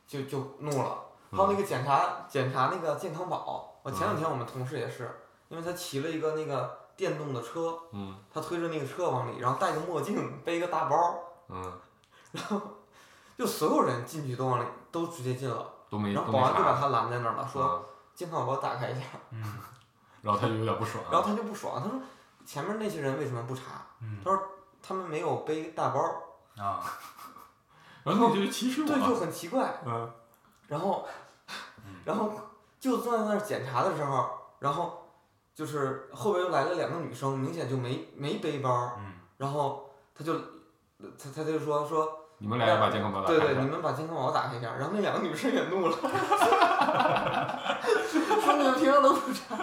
C: 就就怒了。
E: 嗯
C: 还有那个检查检查那个健康宝，我前两天我们同事也是，因为他骑了一个那个电动的车，
E: 嗯
C: 他推着那个车往里，然后戴个墨镜，背个大包，
E: 嗯，
C: 就所有人进去都往里都直接进了，
E: 都没
C: 然
E: 都
C: 后
E: 没
C: 保安就把
E: 查。
C: 他拦在那儿了，说
E: 嗯
C: 健康宝打开一下，
D: 嗯
E: 然后他就有点不爽。
C: 然后他就不爽，他说前面那些人为什么不查？
D: 嗯
C: 他们没有背大包，
D: 啊，
E: 然后你就是歧视我。啊
C: 对，就很奇怪。
E: 嗯
C: 然后，然后就坐在那儿检查的时候，然后就是后边又来了两个女生，明显就没没背包，
D: 嗯
C: 然后他就他他就说说，
E: 你们俩也把健康宝打开
C: 对
E: 一下。
C: 对，你们把健康宝打开一下，然后那两个女生也怒
E: *laughs*
C: 了，说你们平常都不查，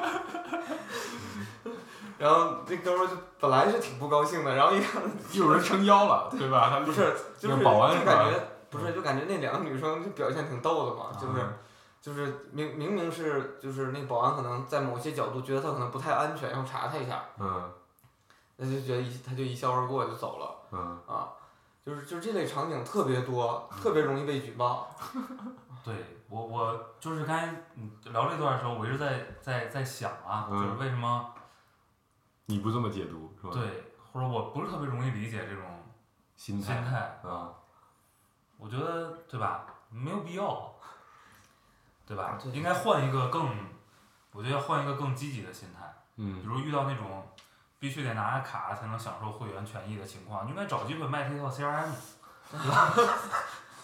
C: 然后那哥们儿就本来是挺不高兴的，然后一看
E: 又有人撑腰了，对吧？他们
C: 不是，就是
E: 保安
C: 就是感
E: 吧
C: 觉不是，就感觉那两个女生就表现挺逗的嘛，就是
E: 啊
C: 就是明明明是就是那保安可能在某些角度觉得他可能不太安全，要查他一下，
E: 嗯
C: 那就觉得一他就一笑而过就走了
E: 嗯，
C: 啊，就是就是这类场景特别多，特别容易被举报。
D: 对我我就是刚才嗯聊这段的时候，我一直在在在想啊，
E: 嗯
D: 就是为什么。
E: 你不这么解读是吧？，
D: 对，或者我不是特别容易理解这种
E: 心
D: 心
E: 态
D: 态，
E: 啊，
D: 我觉得对吧？没有必要，对吧？
C: 对
D: 应该换一个更，我觉得要换一个更积极的心态。比
E: 嗯
D: 如遇到那种必须得拿卡才能享受会员权益的情况，你应该找机会卖他一套 CRM，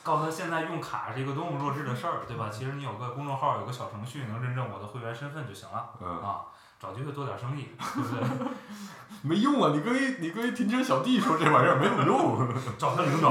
D: 告诉他现在用卡是一个多么弱智的事儿，对吧？其实你有个公众号，有个小程序能认证我的会员身份就行了
E: 嗯，
D: 啊。找机会做点生意，对不对？ *laughs*
E: 没用啊！你跟一你跟一停车小弟说这玩意儿没有 *laughs* 用。
D: 找他领导，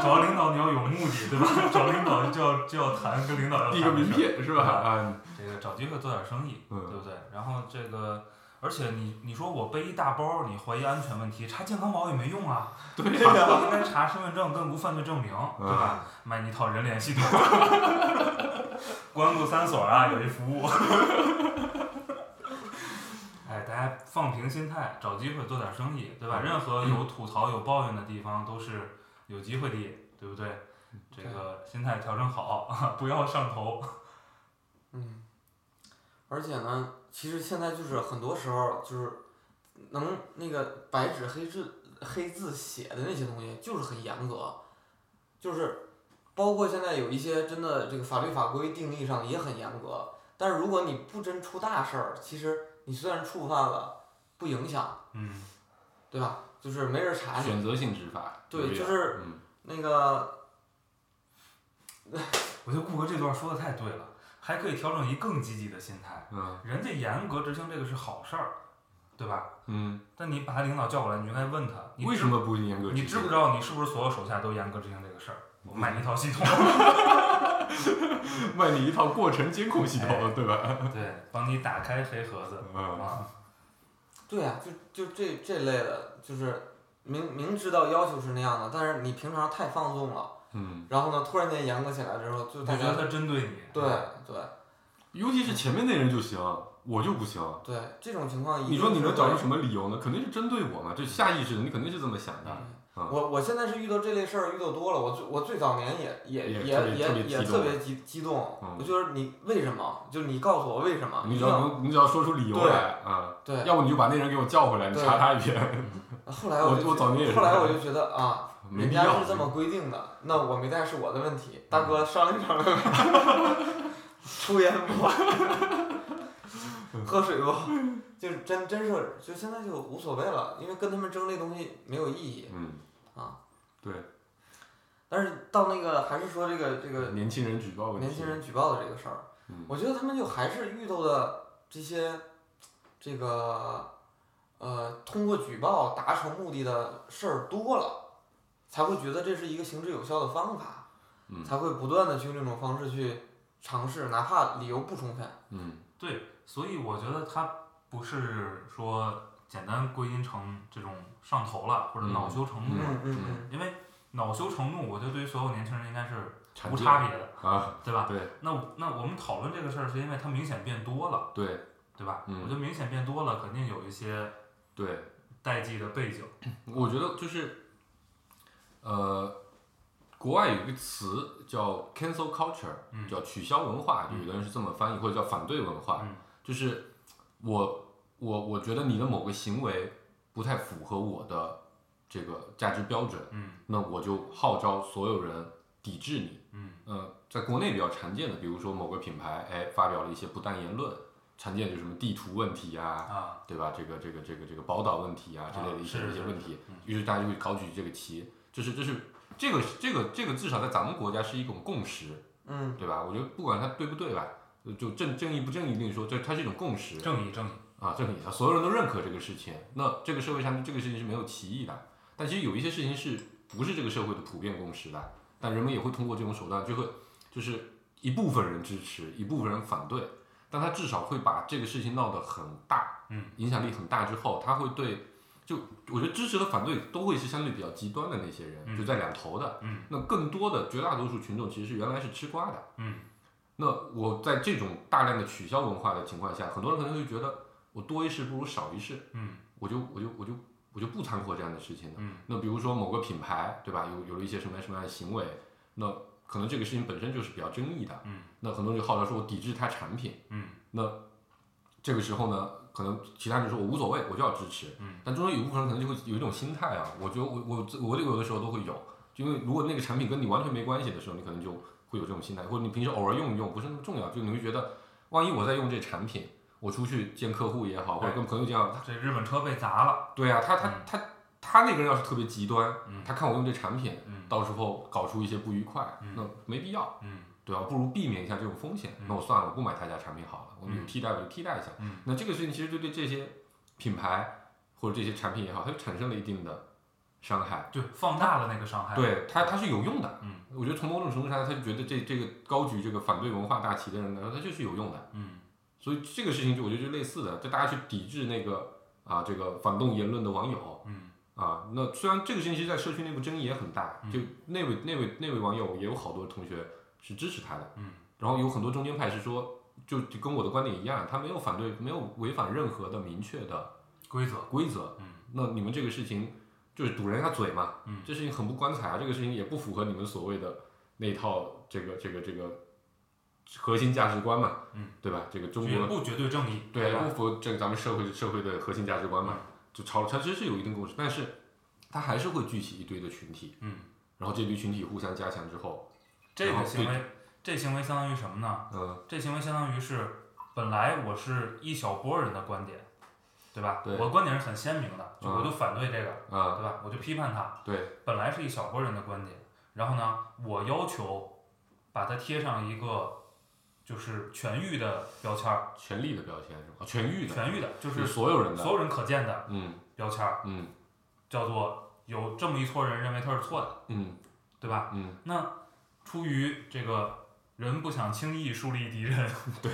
D: 找领导你要有目的，对吧？找领导就要就要谈，跟领导要谈
E: 递个名
D: 事儿
E: 片是吧？啊，
D: 这个找机会做点生意，
E: 嗯
D: 对不对？然后这个，而且你你说我背一大包，你怀疑安全问题，查健康宝也没用啊， *laughs* 对呀、嗯应该查身份证跟无犯罪证明，对吧？卖你一套人脸系统， *laughs* 关顾三所啊，有一服务。哎，大家放平心态，找机会做点生意，对吧？任何有吐槽、有抱怨的地方都是有机会的，对不对？这个心态调整好， *laughs* 不要上头。
C: 嗯，而且呢，其实现在就是很多时候就是能那个白纸黑字黑字写的那些东西，就是很严格，就是包括现在有一些真的这个法律法规定义上也很严格，但是如果你不真出大事儿，其实你虽然触犯了，不影响，
D: 嗯。
C: 对吧？就是没人查你，
E: 选择性执法。
C: 对
E: 有一点
C: 就是
E: 嗯
C: 那个
D: 我觉得顾哥这段说的太对了，还可以调整一更积极的心态。
E: 嗯
D: 人家严格执行这个是好事儿，对吧？
E: 嗯，
D: 但你把他领导叫过来，你就该问他，你
E: 为什么不严格
D: 知？你
E: 执
D: 知不
E: 行？
D: 知道你是不是所有手下都严格执行这个事儿？我买你一套系统， *laughs*
E: 卖你一套过程监控系
D: 哎
E: 统，对 *laughs* 吧？
D: 对，帮你打开黑盒子
E: 嗯，
D: 啊。
C: 对呀、就就这这类的，就是明明知道要求是那样的，但是你平常太放纵了。
E: 嗯，
C: 然后呢，突然间严格起来之后，就
D: 我
C: 大
D: 觉
C: 家
D: 得他针对你，
C: 对对
E: 尤其是前面那人就行，我就不行。
C: 对这种情况一定
E: 你
C: 是
E: 说
C: 会，
E: 你能找出什么理由呢？肯定是针对我嘛，这下意识的，你肯定是这么想的。嗯
C: 我我现在是遇到这类事儿遇到多了，我最我最早年也也
E: 也
C: 也
E: 特别特别
C: 也也
E: 激
C: 特
E: 动
C: 别激激动，
E: 嗯
C: 我就是你为什么？就是你告诉我为什么？
E: 你
C: 一
E: 只
C: 定
E: 要
C: 要
E: 能，你只要说出理由
C: 对
E: 来啊，
C: 对。
E: 要不你就把那人给我叫回来，你
C: 对
E: 查他一遍，
C: 后来
E: 我
C: 就
E: 我
C: 觉
E: 早年也是
C: 后来
E: 这
C: 我
E: 样
C: 就觉得啊，
E: 没
C: 人
E: 必
C: 家
E: 要
C: 是。这么规定的，那我没带是我的问题，大哥商量商量，抽烟不？ *laughs* 喝水不？就是真真是就现在就无所谓了，因为跟他们争这东西没有意义。
E: 嗯
C: 啊，
E: 对，
C: 但是到那个还是说这个这个
E: 年轻人举报问题，
C: 年轻人举报的这个事儿，
E: 嗯
C: 我觉得他们就还是遇到的这些这个呃通过举报达成目的的事儿多了，才会觉得这是一个行之有效的方法，
E: 嗯
C: 才会不断的去用这种方式去尝试，哪怕理由不充分。
E: 嗯
D: 对，所以我觉得他不是说简单归因成这种上头了或者恼羞成怒，
C: 嗯嗯
E: 嗯
D: 因为恼羞成怒，我觉得对于所有年轻人应该是
E: 常
D: 无
E: 见
D: 差别的，
E: 啊，
D: 对吧？
E: 对
D: 那我那我们讨论这个事儿，是因为它明显变多了，
E: 对
D: 对吧？
E: 嗯
D: 我觉得明显变多了，肯定有一些
E: 对，
D: 代际的背景。
E: 我觉得就是，呃，国外有一个词叫 cancel culture，、
D: 嗯
E: 叫取消文化，
D: 嗯
E: 有的人是这么翻译，或者叫反对文化，
D: 嗯
E: 就是我我我觉得你的某个行为不太符合我的这个价值标准，
D: 嗯
E: 那我就号召所有人抵制你。
D: 嗯
E: 呃，在国内比较常见的，比如说某个品牌，哎，发表了一些不当言论，常见就是什么地图问题啊，
D: 啊，
E: 对吧？这个这个这个这个宝岛问题啊之类的
D: 啊
E: 一些、
D: 是
E: 一些
D: 是
E: 问题，
D: 嗯
E: 于是大家就会高举这个旗，就是就是这个这个这个至少在咱们国家是一种共识，
C: 嗯，
E: 对吧？我觉得不管它对不对吧，就就正正义不正义跟你说，这它是一种共识
D: 正义正义，
E: 啊，正义，它所有人都认可这个事情，那这个社会上这个事情是没有歧义的，但其实有一些事情是不是这个社会的普遍共识的，但人们也会通过这种手段，就会就是一部分人支持，一部分人反对，但他至少会把这个事情闹得很大，
D: 嗯，
E: 影响力很大之后，他会对，就我觉得支持和反对都会是相对比较极端的那些人，
D: 嗯
E: 就在两头的，
D: 嗯
E: 那更多的绝大多数群众其实是原来是吃瓜的，
D: 嗯，
E: 那我在这种大量的取消文化的情况下，很多人可能会觉得我多一事不如少一事，
D: 嗯
E: 我就我就我就我就不掺和这样的事情了。
D: 嗯
E: 那比如说某个品牌，对吧？有有了一些什么样什么样的行为，那可能这个事情本身就是比较争议的。
D: 嗯
E: 那很多人就号召说我抵制它产品。
D: 嗯
E: 这个时候呢，可能其他人说我无所谓，我就要支持。
D: 嗯
E: 但中间有一部分人可能就会有一种心态啊，我觉得我我我有的时候都会有，就因为如果那个产品跟你完全没关系的时候，你可能就会有这种心态，或者你平时偶尔用一用不是那么重要，就你会觉得万一我在用这产品，我出去见客户也好，或者
D: 对
E: 跟朋友见好，
D: 这日本车被砸了，
E: 对啊，他他
D: 嗯
E: 他他那个人要是特别极端，
D: 嗯
E: 他看我用这产品，
D: 嗯
E: 到时候搞出一些不愉快，
D: 嗯
E: 那没必要，
D: 嗯
E: 对吧、不如避免一下这种风险。
D: 嗯
E: 那我算了，我不买他家产品好了，我有
D: 嗯
E: 替代我就替代一下。
D: 嗯
E: 那这个事情其实就对这些品牌或者这些产品也好，它就产生了一定的伤害。
D: 就放大了那个伤害。，
E: 对它，它是有用的。
D: 嗯
E: 我觉得从某种程度上，他就觉得这这个高举这个反对文化大旗的人来说，他就是有用的。
D: 嗯
E: 所以这个事情就我觉得就类似的，就大家去抵制那个啊这个反动言论的网友，
D: 嗯
E: 啊，那虽然这个事情其实在社区内部争议也很大，就那位那位那位网友也有好多同学是支持他的，
D: 嗯，
E: 然后有很多中间派是说，就就跟我的观点一样，他没有反对，没有违反任何的明确的
D: 规则。
E: 规则，
D: 嗯，
E: 那你们这个事情就是堵人家嘴嘛，
D: 嗯
E: 这事情很不光彩啊，这个事情也不符合你们所谓的那一套这个这个这个核心价值观嘛，
D: 嗯，
E: 对吧？这个中
D: 绝
E: 国
D: 不绝对正义，
E: 对，
D: 吧嗯
E: 不？符合这个咱们社会社会的核心价值观嘛，就超它其实是有一定共识，但是它还是会聚起一堆的群体，
D: 嗯，
E: 然后这堆群体互相加强之后，
D: 这
E: 然
D: 个
E: 后
D: 行
E: 对
D: 为，这行为相当于什么呢？
E: 嗯，
D: 这行为相当于是本来我是一小波人的观点，对吧？
E: 对
D: 我的观点是很鲜明的，就
E: 嗯
D: 我就反对这个，
E: 啊，
D: 对吧？我就批判他，
E: 对，
D: 本来是一小波人的观点，然后呢，我要求把它贴上一个就是全域的标签儿，
E: 权力的标签是吧？全域的，
D: 全域的，就是
E: 所有人
D: 嗯
E: 的，
D: 所有人可见的
E: 嗯
D: 标签儿，
E: 嗯
D: 叫做有这么一撮人认为它是错的，
E: 嗯
D: 对吧？
E: 嗯，
D: 那出于这个人不想轻易树立敌人，
E: 对，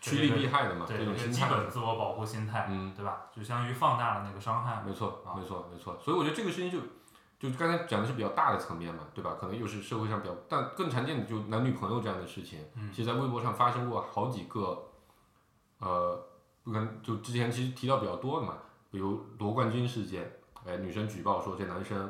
E: 趋利避害的嘛，
D: 对
E: 啊这
D: 一
E: 种
D: 个
E: 心
D: 基
E: 态，
D: 本自我保护心态，
E: 嗯，
D: 对吧？就相当于放大了那个伤害嘛。
E: 没错
D: 啊
E: 没错没错，所以我觉得这个事情就。就刚才讲的是比较大的层面嘛，对吧？可能又是社会上比较，但更常见的就男女朋友这样的事情，
D: 嗯
E: 其实，在微博上发生过好几个，呃，不跟就之前其实提到比较多的嘛，比如夺冠军事件，哎，女生举报说这男生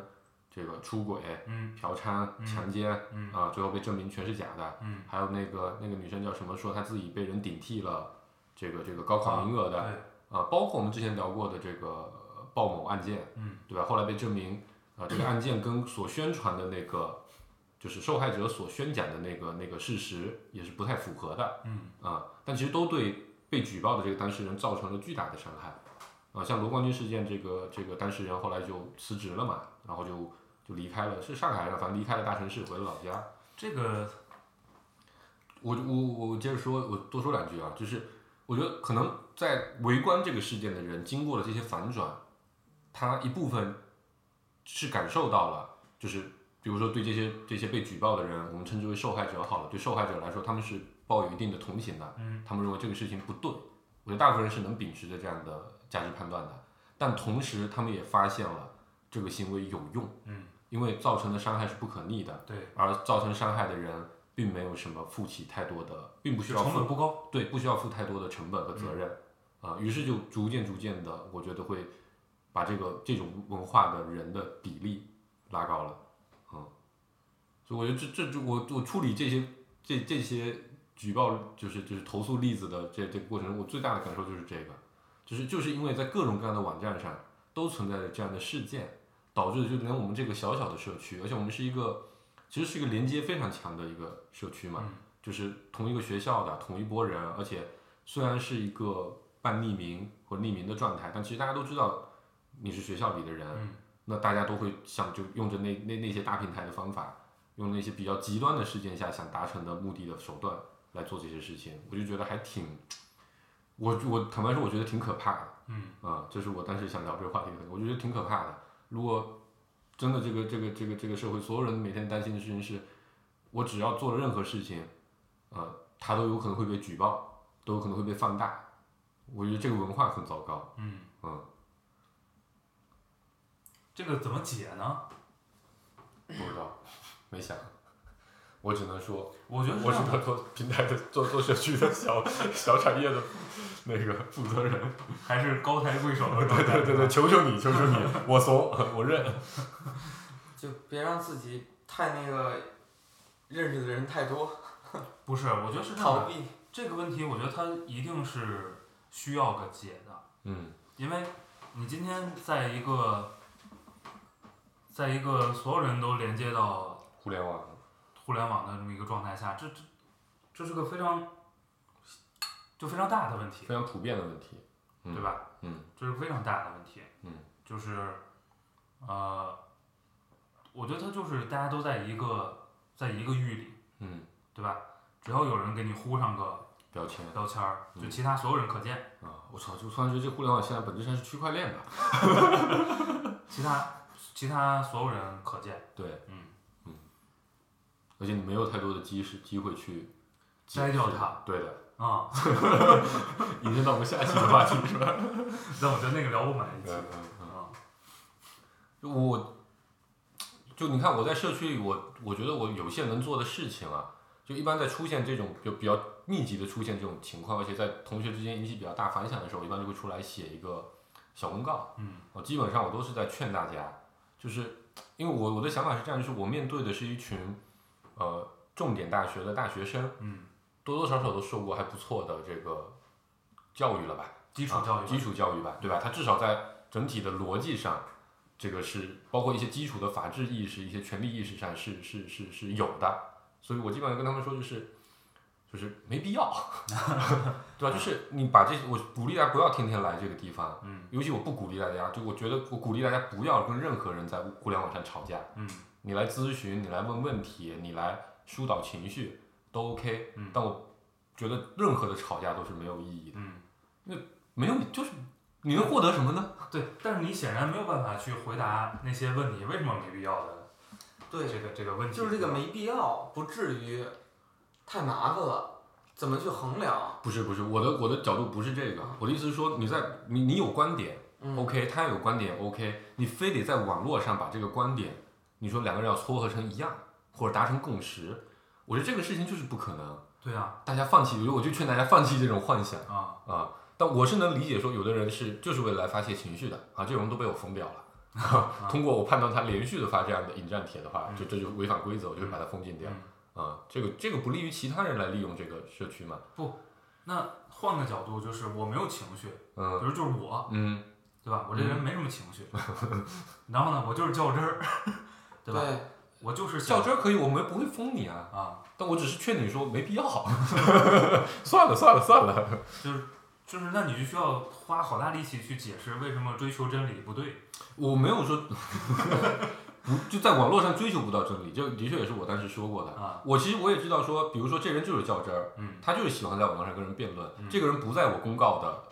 E: 这个出轨、
D: 嗯
E: 嫖娼、
D: 嗯
E: 强奸啊、
D: 嗯
E: 最后被证明全是假的。
D: 嗯，
E: 还有那个那个女生叫什么，说她自己被人顶替了这个这个高考名额的
D: 对
E: 啊、，包括我们之前聊过的这个呃鲍某案件，
D: 嗯
E: 对吧？后来被证明啊、这个案件跟所宣传的那个就是受害者所宣讲的那个那个事实也是不太符合的。
D: 嗯
E: 啊，但其实都对被举报的这个当事人造成了巨大的伤害啊。像罗冠军事件，这个这个当事人后来就辞职了嘛，然后就就离开了，是上海人，反正离开了大城市，回了老家。
D: 这个
E: 我我我接着说，我多说两句啊，就是我觉得可能在围观这个事件的人，经过了这些反转，他一部分是感受到了，就是比如说对这些这些被举报的人，我们称之为受害者好了，对受害者来说，他们是抱有一定的同情的，
D: 嗯，
E: 他们认为这个事情不对，我觉得大部分人是能秉持着这样的价值判断的，但同时他们也发现了这个行为有用，
D: 嗯，
E: 因为造成的伤害是不可逆的，
D: 对，
E: 而造成伤害的人并没有什么负起太多的，并不需要
D: 成本
E: 负
D: 不高，嗯
E: 对不需要负太多的成本和责任啊、于是就逐渐逐渐的，我觉得会把这个这种文化的人的比例拉高了，嗯，所以我觉得这这这我我处理这些这这些举报就是就是投诉例子的这这个过程中，我最大的感受就是这个，就是就是因为在各种各样的网站上都存在着这样的事件，导致就连我们这个小小的社区，而且我们是一个其实是一个连接非常强的一个社区嘛，
D: 嗯
E: 就是同一个学校的同一波人，而且虽然是一个半匿名或匿名的状态，但其实大家都知道你是学校里的人，
D: 嗯
E: 那大家都会想就用着那那那些大平台的方法，用那些比较极端的事件下想达成的目的的手段来做这些事情，我就觉得还挺，我我坦白说，我觉得挺可怕的。
D: 嗯
E: 啊，这是我当时想聊这个话题的，我觉得挺可怕的。如果真的这个这个这个这个社会所有人每天担心的事情是，我只要做了任何事情，呃，他都有可能会被举报，都有可能会被放大。我觉得这个文化很糟糕。
D: 嗯
E: 嗯，
D: 这个怎么解呢？
E: 不知道，没想，我只能说，
D: 我觉得这
E: 我是
D: 样
E: 个做平台的做做社区的小小产业的那个负责人。
D: 还是高抬贵手的状
E: 对
D: 态
E: 对对对，求求你，求求 *laughs* 你，我怂，我认。
C: 就别让自己太那个认识的人太多，
D: 不是，我觉得是这样
C: 逃
D: 的。
C: 避。
D: 这个问题，我觉得它一定是需要个解的。
E: 嗯
D: 因为你今天在一个，在一个所有人都连接到
E: 互联网，
D: 互联网的这么一个状态下，这这这是个非常就非常大的问题，
E: 非常普遍的问题。嗯
D: 对吧？
E: 嗯
D: 这是非常大的问题。
E: 嗯，
D: 就是呃，我觉得它就是大家都在一个在一个域里，
E: 嗯，
D: 对吧？只要有人给你呼上个
E: 标签
D: 标签儿，就
E: 嗯
D: 其他所有人可见，
E: 啊，我操！就突然觉得这互联网现在本质上是区块链吧？
D: 其他其他所有人可见。
E: 对，
D: 嗯
E: 嗯，而且你没有太多的机是机会去
D: 摘掉
E: 解释
D: 它。
E: 对的，
D: 啊、 *laughs*
E: 引申到我们下一期的话题 *laughs* 是吧？
D: 但我觉得那个聊不满一期。
E: 嗯嗯嗯。
D: 啊、
E: 就我，就你看我在社区里，我我觉得我有限能做的事情啊，就一般在出现这种就比较密集的出现这种情况，而且在同学之间引起比较大反响的时候，我一般就会出来写一个小公告。
D: 嗯，
E: 我基本上我都是在劝大家，就是因为我我的想法是这样，就是我面对的是一群呃重点大学的大学生，
D: 嗯，
E: 多多少少都受过还不错的这个教育了吧。
D: 基础教育
E: 啊
D: 吧，
E: 基础教育吧，对吧？它至少在整体的逻辑上，这个是包括一些基础的法治意识、一些权利意识上是是是是有的。所以我基本上跟他们说，就是就是没必
D: *laughs*
E: 要， *laughs* 对吧？就是你把这，我鼓励大家不要天天来这个地方，
D: 嗯，
E: 尤其我不鼓励大家，就我觉得我鼓励大家不要跟任何人在互联网上吵架，
D: 嗯，
E: 你来咨询，你来问问题，你来疏导情绪都 OK，
D: 嗯
E: 但我觉得任何的吵架都是没有意义的。
D: 嗯，
E: 没有，就是你能获得什么呢？
D: 对，但是你显然没有办法去回答那些问你为什么没必要的
C: 对，
D: 这个这个问题。
C: 就是这个没必要，不至于太麻烦了，怎么去衡量？
E: 不是不是，我的我的角度不是这个，我的意思是说，你在你你有观点
C: 嗯
E: ，OK，他有观点，OK，你非得在网络上把这个观点，你说两个人要撮合成一样，或者达成共识，我觉得这个事情就是不可能。
D: 对啊
E: 大家放弃，我就我就劝大家放弃这种幻想
D: 啊，
E: 啊。但我是能理解说，有的人是就是为了来发泄情绪的啊，这种都被我封掉了。啊
D: 啊
E: 通过我判断他连续的发这样的引战帖的话，就这就违反规则，我就会把他封禁掉。
D: 嗯
E: 啊，这个这个不利于其他人来利用这个社区嘛？
D: 那换个角度就是我没有情绪，比
E: 嗯
D: 如就是我，
E: 嗯
D: 对吧？我这人没什么情
C: *laughs*
D: 绪，然后呢，我就是较真儿，对
C: 对
D: 吧？我就是
E: 较
D: 想
E: 真儿可以，我们不会封你啊，
D: 啊，
E: 但我只是劝你说没必要， *laughs* 算了算了算了。
D: 就是就是，那你就需要花好大力气去解释为什么追求真理不对。
E: 我没有说不就在网络上追求不到真理，这的确也是我当时说过的
D: 啊。
E: 我其实我也知道说，比如说这人就是较真儿，
D: 嗯
E: 他就是喜欢在网络上跟人辩论，
D: 嗯
E: 这个人不在我公告的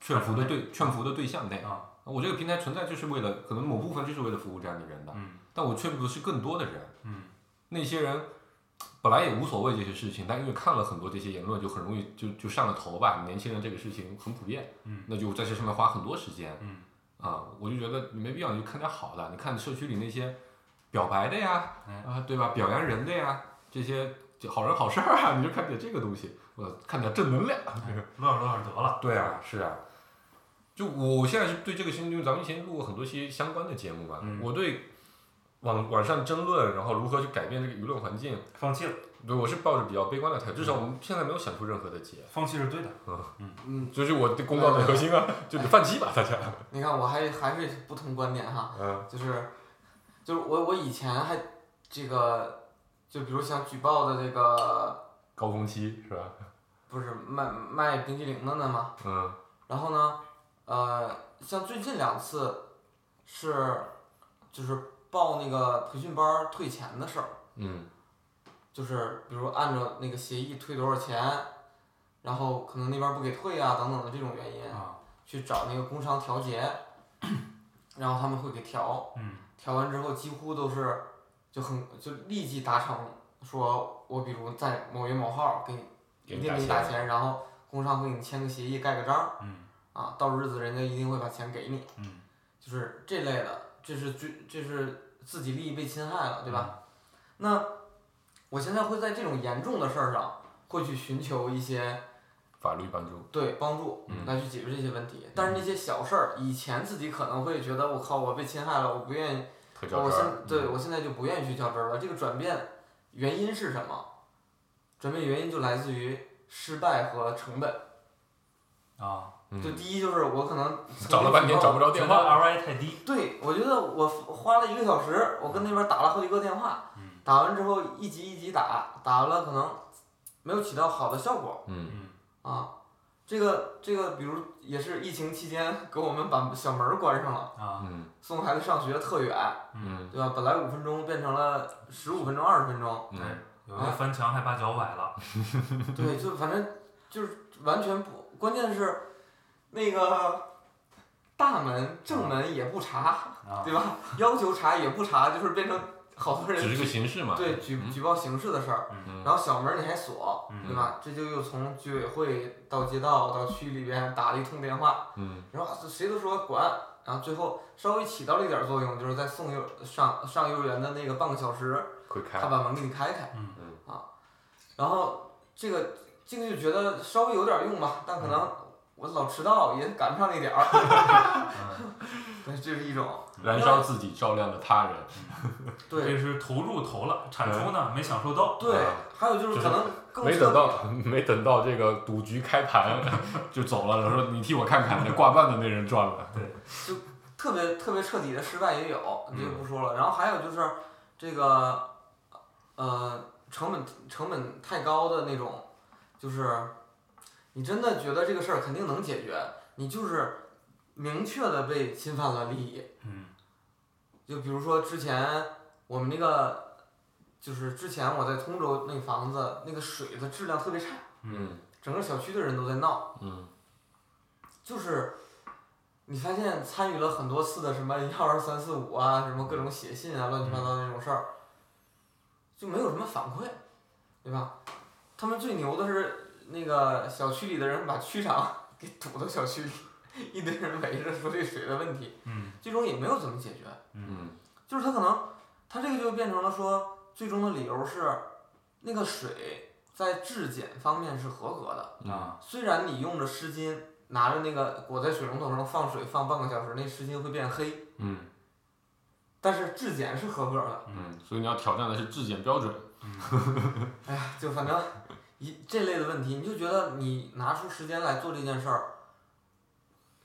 E: 劝服的对劝服的对象内。
D: 啊
E: 我这个平台存在就是为了可能某部分就是为了服务这样的人的，
D: 嗯
E: 但我劝服的是更多的人。
D: 嗯
E: 那些人本来也无所谓这些事情，但因为看了很多这些言论，就很容易就就上了头吧。年轻人这个事情很普遍，
D: 嗯
E: 那就在这上面花很多时间
D: 嗯
E: 啊、我就觉得你没必要，你就看点好的，你看社区里那些表白的呀，啊、
D: 哎
E: 对吧？表扬人的呀，这些就好人好事儿啊，你就看点这个东西，我看点正能量。
D: 哎乐呵乐呵得了。
E: *laughs* 对啊，是啊。就我现在是对这个事情，因为咱们以前录过很多期相关的节目嘛，
D: 嗯
E: 我对网网上争论，然后如何去改变这个舆论环境，
D: 放弃了，
E: 对，我是抱着比较悲观的态度，至少我们现在没有想出任何的解，
D: 放弃是对的。
C: 嗯，
E: *laughs* 就是我的公告的核心啊，就得放弃吧，大家。
C: 你看我还还是不同观点哈，
E: 嗯
C: 就是就是我我以前还这个，就比如想举报的这个
E: *laughs* 高峰期是吧？
C: 不是卖卖冰激凌的呢嘛，
E: 嗯
C: 然后呢，呃，像最近两次是就是报那个培训班儿退钱的事儿。
E: 嗯
C: 就是比如按照那个协议退多少钱，然后可能那边不给退啊等等的这种原因，
D: 啊，
C: 去找那个工商调节，然后他们会给调，
D: 嗯
C: 调完之后几乎都是就很就立即达成，说我比如在某月某号给你
E: 给
C: 一
E: 你
C: 定
E: 打
C: 给你
E: 钱
C: 打钱，然后工商会给你签个协议盖个章
D: 嗯
C: 啊，到日子人家一定会把钱给你，
D: 嗯，
C: 就是这类的，这是最这是自己利益被侵害了，对吧？
E: 嗯
C: 那我现在会在这种严重的事儿上，会去寻求一些
E: 法律帮助，
C: 对帮助
E: 嗯
C: 来去解决这些问题。但是那些小事儿，以前自己可能会觉得我靠，我被侵害了，我不愿意，
E: 特
C: 哦我
E: 较真
C: 现
E: 儿。嗯
C: 对我现在就不愿意去较真儿了。这个转变原因是什么？转变原因就来自于失败和成本。
D: 啊，
E: 嗯
C: 就第一就是我可能
E: 找了半天找不着
D: 觉
E: 电
D: 得
E: 话，
D: ROI 太低。
C: 对，我觉得我花了一个小时，我跟那边打了好几个电话，
D: 嗯
C: 打完之后一级一级打，打完了可能没有起到好的效果
E: 嗯
D: 嗯
C: 啊。这个这个，比如也是疫情期间 *laughs* 给我们把小门儿关上了，
D: 啊，
E: 嗯
C: 送孩子上学特远，
E: 嗯，
C: 对吧？本来五分钟变成了十五分钟、二十分钟，
E: 嗯
D: 哎，有一
C: 啊
D: 个翻墙还把脚崴了，
C: 对，就反正就是完全不，关键是那个大门正门也不查，
D: 啊，
C: 对吧？要求查也不查，就是变成好多人
E: 只是个形式嘛。
C: 对举举报形式的事儿，
E: 嗯
C: 然后小门儿你还锁，
D: 嗯
C: 对吧？这就又从居委会到街道到区里边打了一通电话，
E: 嗯
C: 然后啊谁都说管，然后最后稍微起到了一点作用，就是在送幼上上幼儿园的那个半个小时，
E: 会开
C: 他把门给你开开，
D: 嗯
E: 嗯
C: 啊，然后这个这个就觉得稍微有点用吧，但可能我老迟到也赶不上那点儿，
D: 嗯
E: *laughs*
C: 对，这是一种，
E: 燃烧自己，照亮了他人。
D: 这
C: 对
D: 是投入投了，产出呢没享受到，
C: 对
E: 啊，
C: 还有就是可能更
E: 没
C: 彻底
E: 等到， *laughs* 没等到这个赌局开 *laughs* 盘就走了，然后说你替我看看，那挂断的那人赚了。
C: 特别特别彻底的失败也有，这个
E: 嗯
C: 不说了。然后还有就是这个，呃，成本成本太高的那种，就是你真的觉得这个事儿肯定能解决，你就是明确的被侵犯了利益。
D: 嗯
C: 就比如说之前我们那个，就是之前我在通州那房子那个水的质量特别差，
D: 嗯
C: 整个小区的人都在闹。
E: 嗯
C: 就是你发现参与了很多次的什么幺二三四五啊，什么各种写信啊，乱七八糟的那种事儿，就没有什么反馈，对吧？他们最牛的是那个小区里的人把区长给堵到小区里，一堆人围着说这水的问题，
D: 嗯
C: 最终也没有怎么解决。
E: 嗯
C: 就是他可能他这个就变成了说，最终的理由是那个水在质检方面是合格的。
E: 嗯
D: 啊
C: 虽然你用着湿巾拿着那个裹在水龙头上放水放半个小时，那湿巾会变黑，
E: 嗯
C: 但是质检是合格的。
E: 嗯，所以你要挑战的是质检标准。
C: 哎呀，就反正一这类的问题，你就觉得你拿出时间来做这件事儿，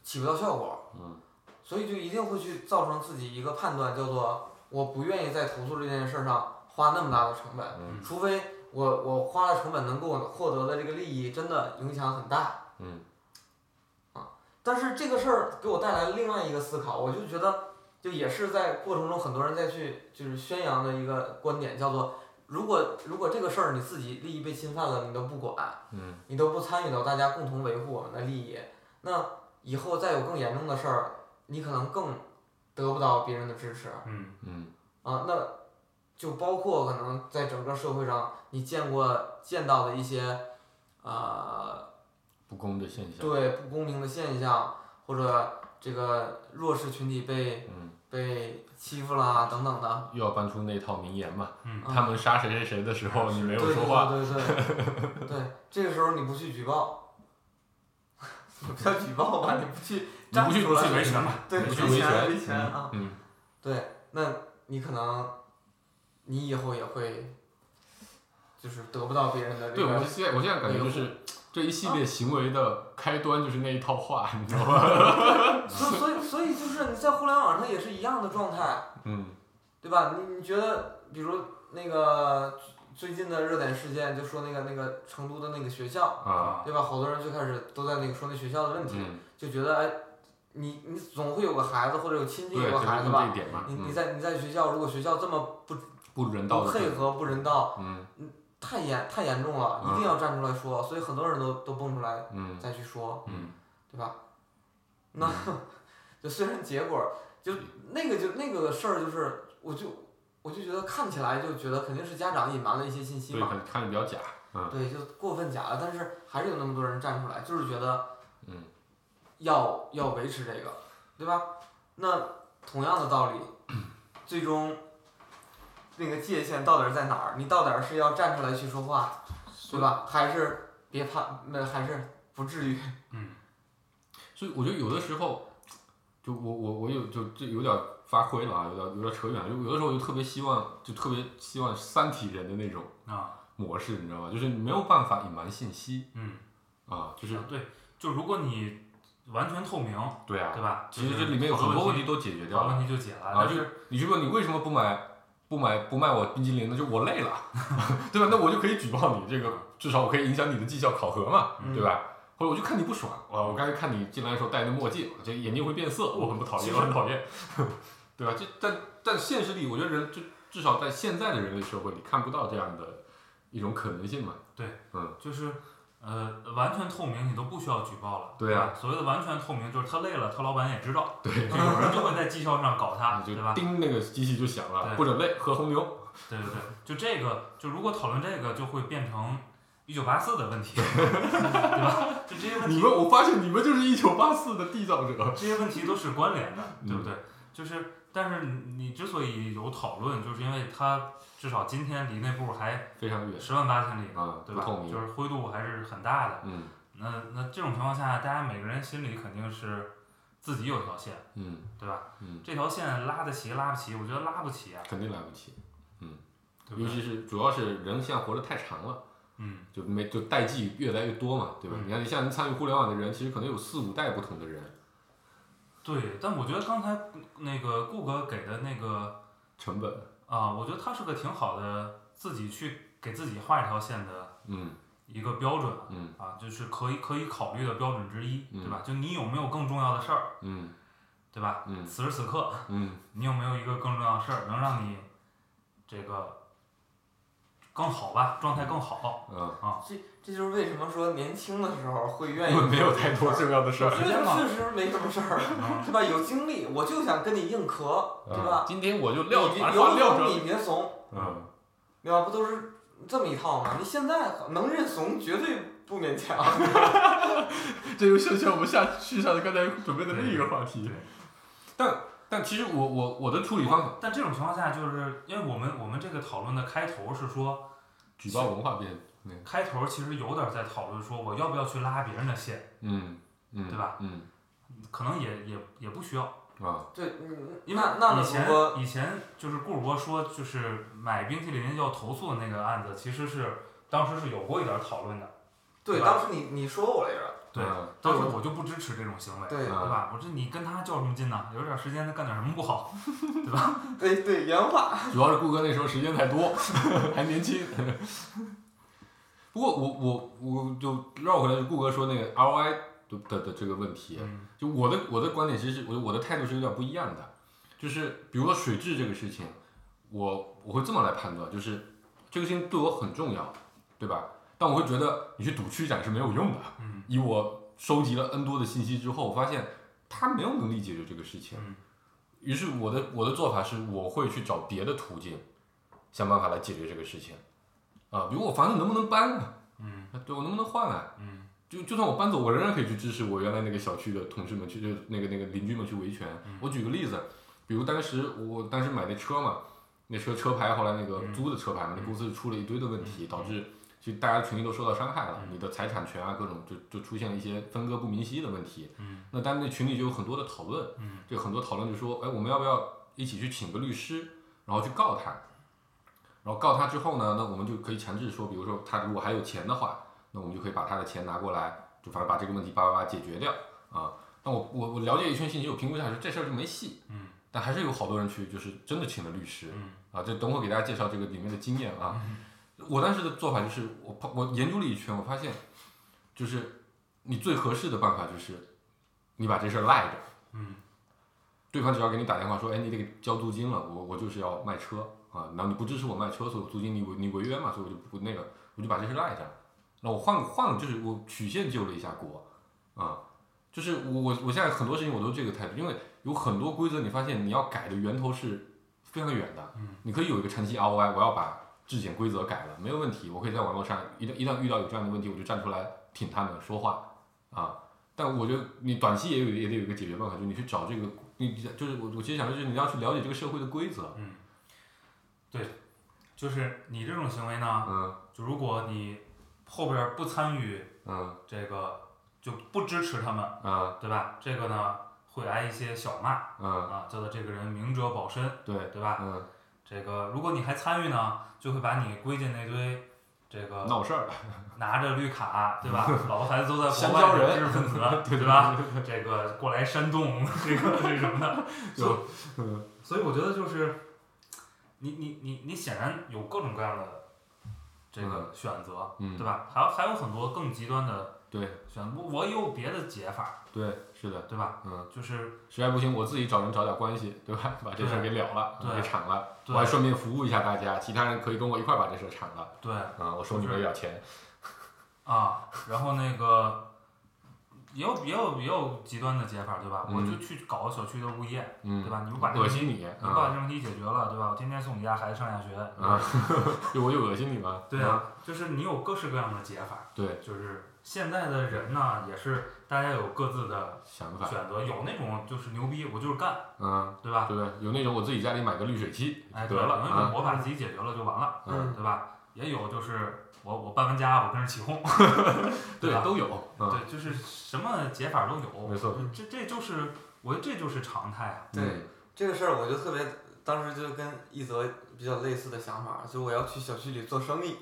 C: 起不到效果，
E: 嗯
C: 所以就一定会去造成自己一个判断，叫做我不愿意在投诉这件事上花那么大的成本，
E: 嗯
C: 除非我我花了成本能给我获得的这个利益真的影响很大。啊
E: 嗯
C: 但是这个事儿给我带来了另外一个思考，我就觉得，就也是在过程中很多人在去就是宣扬的一个观点，叫做如果如果这个事儿你自己利益被侵犯了，你都不管，
E: 嗯
C: 你都不参与到大家共同维护我们的利益，那以后再有更严重的事儿，你可能更得不到别人的支持
D: 嗯
E: 嗯
C: 啊。那就包括可能在整个社会上你见过见到的一些，呃，
E: 不公的现象。
C: 对不公平的现象，或者这个弱势群体被
E: 嗯，
C: 被欺负啦等等的。
E: 又要搬出那套名言嘛，
D: 嗯
E: 他们杀谁谁谁的时候，你没
C: 对
E: 有
C: 对
E: 说话。
C: 对对对对，这个时候你不去举报， *laughs* 你不要举报吧，你不去
D: 你
C: 站
D: 不去
C: 出
D: 不
C: 来，
D: 去维权吧，
C: 对，
E: 你不去
C: 维
E: 维
C: 权
E: 权
C: 维权啊，
E: 嗯，
C: 对，那你可能你以后也会就是得不到别人的这
E: 对我
C: 个，
E: 现在我现在感觉就是这一系列行为的开端就是那一套话，你知道吗？
C: 所以所以所以就是你在互联网上也是一样的状态。
E: 嗯
C: 对吧？你你觉得，比如那个最最近的热点事件，就说那个那个成都的那个学校，
E: 啊
C: 对吧？好多人最开始都在那个说那学校的问题，
E: 嗯，
C: 就觉得哎，你你总会有个孩子或者有亲戚
E: 对，
C: 有个
E: 就是
C: 孩子
E: 用这
C: 吧？
E: 一点嘛，
C: 你你
E: 嗯，
C: 在你在学校，如果学校这么不
E: 不人道
C: 不
E: 的，
C: 配合不人道，
E: 嗯
C: 太严太严重了，一定
E: 啊
C: 要站出来说。所以很多人都都蹦出来
E: 嗯
C: 再去说，
E: 嗯
C: 对吧？那 *laughs* 就虽然结果就那个就那个事儿，就是我就我就觉得看起来就觉得肯定是家长隐瞒了一些信息
E: 对，
C: 嘛，
E: 看看着比较假，嗯
C: 对，就过分假了。但是还是有那么多人站出来，就是觉得
E: 嗯
C: 要要维持这个，对吧？那同样的道理，最终那个界限到底儿在哪儿？你到底儿是要站出来去说话，对吧？还是别怕，那还是不至于。
E: 所以我觉得有的时候，就我我我有就这有点发挥了啊，有点有点扯远了。就有的时候我就特别希望，就特别希望三体人的那种
D: 啊
E: 模式，你知道吗？就是你没有办法隐瞒信息
D: 嗯，
E: 啊，就
D: 就是对，就如果你完全透明，
E: 对啊，
D: 对吧？
E: 其实
D: 就
E: 这
D: 是
E: 里面有很多问题
D: 好
E: 都解决
D: 多
E: 掉
D: 好多
E: 了
D: 问题就解了，
E: 啊，
D: 但
E: 就是是你去问你为什么不买不买不卖我冰激凌呢？就我 *laughs* 累了，对吧？那我就可以举报你，这个至少我可以影响你的绩效考核嘛，
C: 嗯
E: 对吧？后来我就看你不爽，啊我我刚才看你进来的时候戴那墨镜，这眼睛会变色，我很不讨厌，我很讨厌， *laughs* 对吧？这但但现实里，我觉得人就至少在现在的人类社会里看不到这样的一种可能性嘛。
D: 就是呃完全透明，你都不需要举报了。
E: 对啊
D: 所谓的完全透明，就是他累了，他老板也知道，
E: 对，
D: 这种人就会在绩效上搞他，
E: 你
D: 对
E: *laughs* 就
D: 吧？
E: 叮那个机器就响了，
D: 对
E: 不准备喝红牛。
D: 对对对，就这个，就如果讨论这个，就会变成一九八四的问题， *laughs* 对吧？就这些问
E: 你
D: 题，
E: 们，我发现你们就是一九八四的缔造者。
D: 这些问题都是关联的，对
E: 嗯
D: 不对？就是，但是你你之所以有讨论，就是因为它至少今天离那步还
E: 非常远
D: 十万八千里，
E: 啊，
D: 对
E: 不
D: 吧
E: 透？明
D: 就。是灰度还是很大的。
E: 嗯
D: 那那这种情况下，大家每个人心里肯定是自己有条线，
E: 嗯
D: 对吧？
E: 嗯，
D: 这条线拉得齐拉不齐，我觉得拉不齐啊，
E: 肯定来不及，
D: 对不
E: 尤
D: 对？
E: 其是主要是人现在活得太长了，
D: 嗯，
E: 就没就代际越来越多嘛，对吧？
D: 嗯
E: 你看，像参与互联网的人，其实可能有四五代不同的人，
D: 对。但我觉得刚才那个顾哥给的那个
E: 成本，
D: 啊、我觉得他是个挺好的自己去给自己画一条线的
E: 嗯
D: 一个标准
E: 嗯
D: 啊，就是可以可以考虑的标准之一，
E: 嗯
D: 对吧？就你有没有更重要的事儿，
E: 嗯
D: 对吧？
E: 嗯
D: 此时此刻，
E: 嗯
D: 你有没有一个更重要的事儿能让你这个更好吧，状态更好？
E: 嗯，
C: 这这就是为什么说年轻的时候会愿意
E: *laughs* 没有太多重要的事
C: 我 *laughs*
E: 儿，
C: 觉得确实没什么事儿，
D: 嗯
C: 对吧？有精力，我就想跟你硬壳，对吧？
E: 啊今天嗯我就撂
C: 你
E: 把话
C: 有
E: 撂
C: 种
E: 着，
C: 你别怂，
E: 嗯，
C: 对吧？不都是这么一套吗？你现在能认怂，绝对不勉强。
E: 啊这就涉及到我们下续上刚才准备的另一个话题
D: 对。
E: 但但其实我我我的处理方法，
D: 但这种情况下，就是因为我们我们这个讨论的开头是说，
E: 举报文化变，
D: 开头其实有点在讨论说我要不要去拉别人的线，
E: 嗯嗯，
D: 对吧？
E: 嗯
D: 可能也也也不需要，
E: 啊，
C: 对，嗯
D: 因为
C: 那那
D: 以
C: 怎么说？
D: 前以前就是顾主播说就是买冰淇淋要投诉的那个案子，其实是当时是有过一点讨论的，
C: 对，
D: 对吧
C: 当时你你说我来着，
D: 对
E: 嗯
D: 当时我就不支持这种行为。
C: 对
E: 嗯
D: 对吧？我说你跟他较什么劲呢？有点时间他干点什么不好？
C: 对对，原话。
E: *laughs* 主要是顾哥那时候时间太多， *laughs* 还年轻。不过我我我就绕回来，顾哥说那个 ROI 的的的这个问题，啊
D: 嗯
E: 就我的我的观点其实是我我的态度是有点不一样的，就是比如说水质这个事情，我我会这么来判断，就是这个事情对我很重要，对吧？但我会觉得你去赌区展是没有用的。
D: 嗯
E: 以我收集了 N 多的信息之后，我发现他没有能力解决这个事情。
D: 嗯
E: 于是我的我的做法是，我会去找别的途径，想办法来解决这个事情。啊，比如我房子能不能搬啊？
D: 嗯
E: 对我能不能换啊？
D: 嗯
E: 就就算我搬走，我仍然可以去支持我原来那个小区的同事们去，就那个那个邻居们去维权。
D: 嗯
E: 我举个例子，比如当时我当时买那车嘛，那车车牌后来那个
D: 嗯
E: 租的车牌嘛，那
D: 嗯
E: 公司出了一堆的问题，
D: 嗯
E: 导致其实大家群益都受到伤害了，
D: 嗯
E: 你的财产权啊各种就就出现了一些分割不明晰的问题。
D: 嗯
E: 那当然那群里就有很多的讨论，
D: 嗯
E: 这很多讨论就说，哎，我们要不要一起去请个律师，然后去告他？然后告他之后呢，那我们就可以强制说，比如说他如果还有钱的话，那我们就可以把他的钱拿过来，就反正把这个问题叭叭叭解决掉啊。但我我我了解一圈信息，我评估下来说这事儿就没戏，
D: 嗯
E: 但还是有好多人去，就是真的请了律师
D: 嗯
E: 啊。这等会儿给大家介绍这个里面的经验啊。我当时的做法就是，我怕我研究了一圈，我发现，就是你最合适的办法就是，你把这事儿赖着。
D: 嗯
E: 对方只要给你打电话说，哎，你得给交租金了，我我就是要卖车啊，然后你不支持我卖车，所以我租金你违你违约嘛，所以我就不那个，我就把这事赖着。那我换换了，就是我曲线救了一下国，啊，就是我我我现在很多事情我都这个态度，因为有很多规则，你发现你要改的源头是非常远的，
D: 嗯
E: 你可以有一个长期 ROI，我要把质检规则改了，没有问题，我可以在网络上一旦一旦遇到有这样的问题，我就站出来挺他们说话啊。但我觉得你短期也有也得有一个解决办法，就是你去找这个，你就是我我其实想说，就是你要去了解这个社会的规则，
D: 嗯，对，就是你这种行为呢，
E: 嗯
D: 就如果你后边儿不参与
E: 嗯
D: 这个，就不支持他们，
E: 嗯
D: 对吧？这个呢会挨一些小骂
E: 嗯，
D: 啊，叫做这个人明哲保身，
E: 对，
D: 对吧？
E: 嗯，
D: 这个如果你还参与呢，就会把你归进那堆这个
E: 闹事儿，
D: 拿着绿
E: *laughs*
D: 卡，对吧？老婆孩子都在
E: 香
D: 国
E: 蕉
D: 外的
E: 人
D: 知识
E: *laughs*
D: 分子，对吧？这个过来煽动 *laughs* 这个这什么的，
E: *laughs* 就嗯
D: 所以我觉得就是，你你你你显然有各种各样的这个选择，
E: 嗯
D: 对吧？还有还有很多更极端的
E: 对
D: 选我我有别的解法，
E: 对，是的，
D: 对吧？
E: 嗯，
D: 就是
E: 实在不行我自己找人找点关系，对吧？把这事儿给了了，
D: 对
E: 给铲了，
D: 对
E: 我还顺便服务一下大家，其他人可以跟我一块儿把这事儿铲了，
D: 对
E: 啊，我收你们一点钱，
D: 啊，然后那个也有也有也有极端的解法，对吧？我就去搞小区的物业，
E: 嗯，
D: 对吧？你不把这个
E: 恶心你，
D: 你不把
E: 啊，
D: 这问题解决了，对吧？我天天送你家孩子上下学，
E: 啊， *laughs* 就我就恶心你吗？
D: 对啊，就是你有各式各样的解法，
E: 对，
D: 就是现在的人呢，也是大家有各自的
E: 嗯想法，
D: 选择，有那种就是牛逼，我就是干，
E: 嗯，
D: 对吧？
E: 对不对？有那种我自己家里买个滤水器
D: 哎，
E: 得
D: 对
E: 了
D: 有那
E: 啊
D: 种，我把自己解决了就完了，
E: 嗯，
D: 对吧？也有就是我我搬完家，我跟人起
E: *laughs*
D: 哄，
E: 对，
D: 吧？
E: 都有，嗯，
D: 啊对，就是什么解法都有，
E: 没错，
C: 嗯
D: 这这就是我觉得这就是常态
E: *laughs*
D: 啊，
C: 对
E: 嗯，
C: 这个事儿我就特别，当时就跟一泽比较类似的想法，就我要去小区里做生意，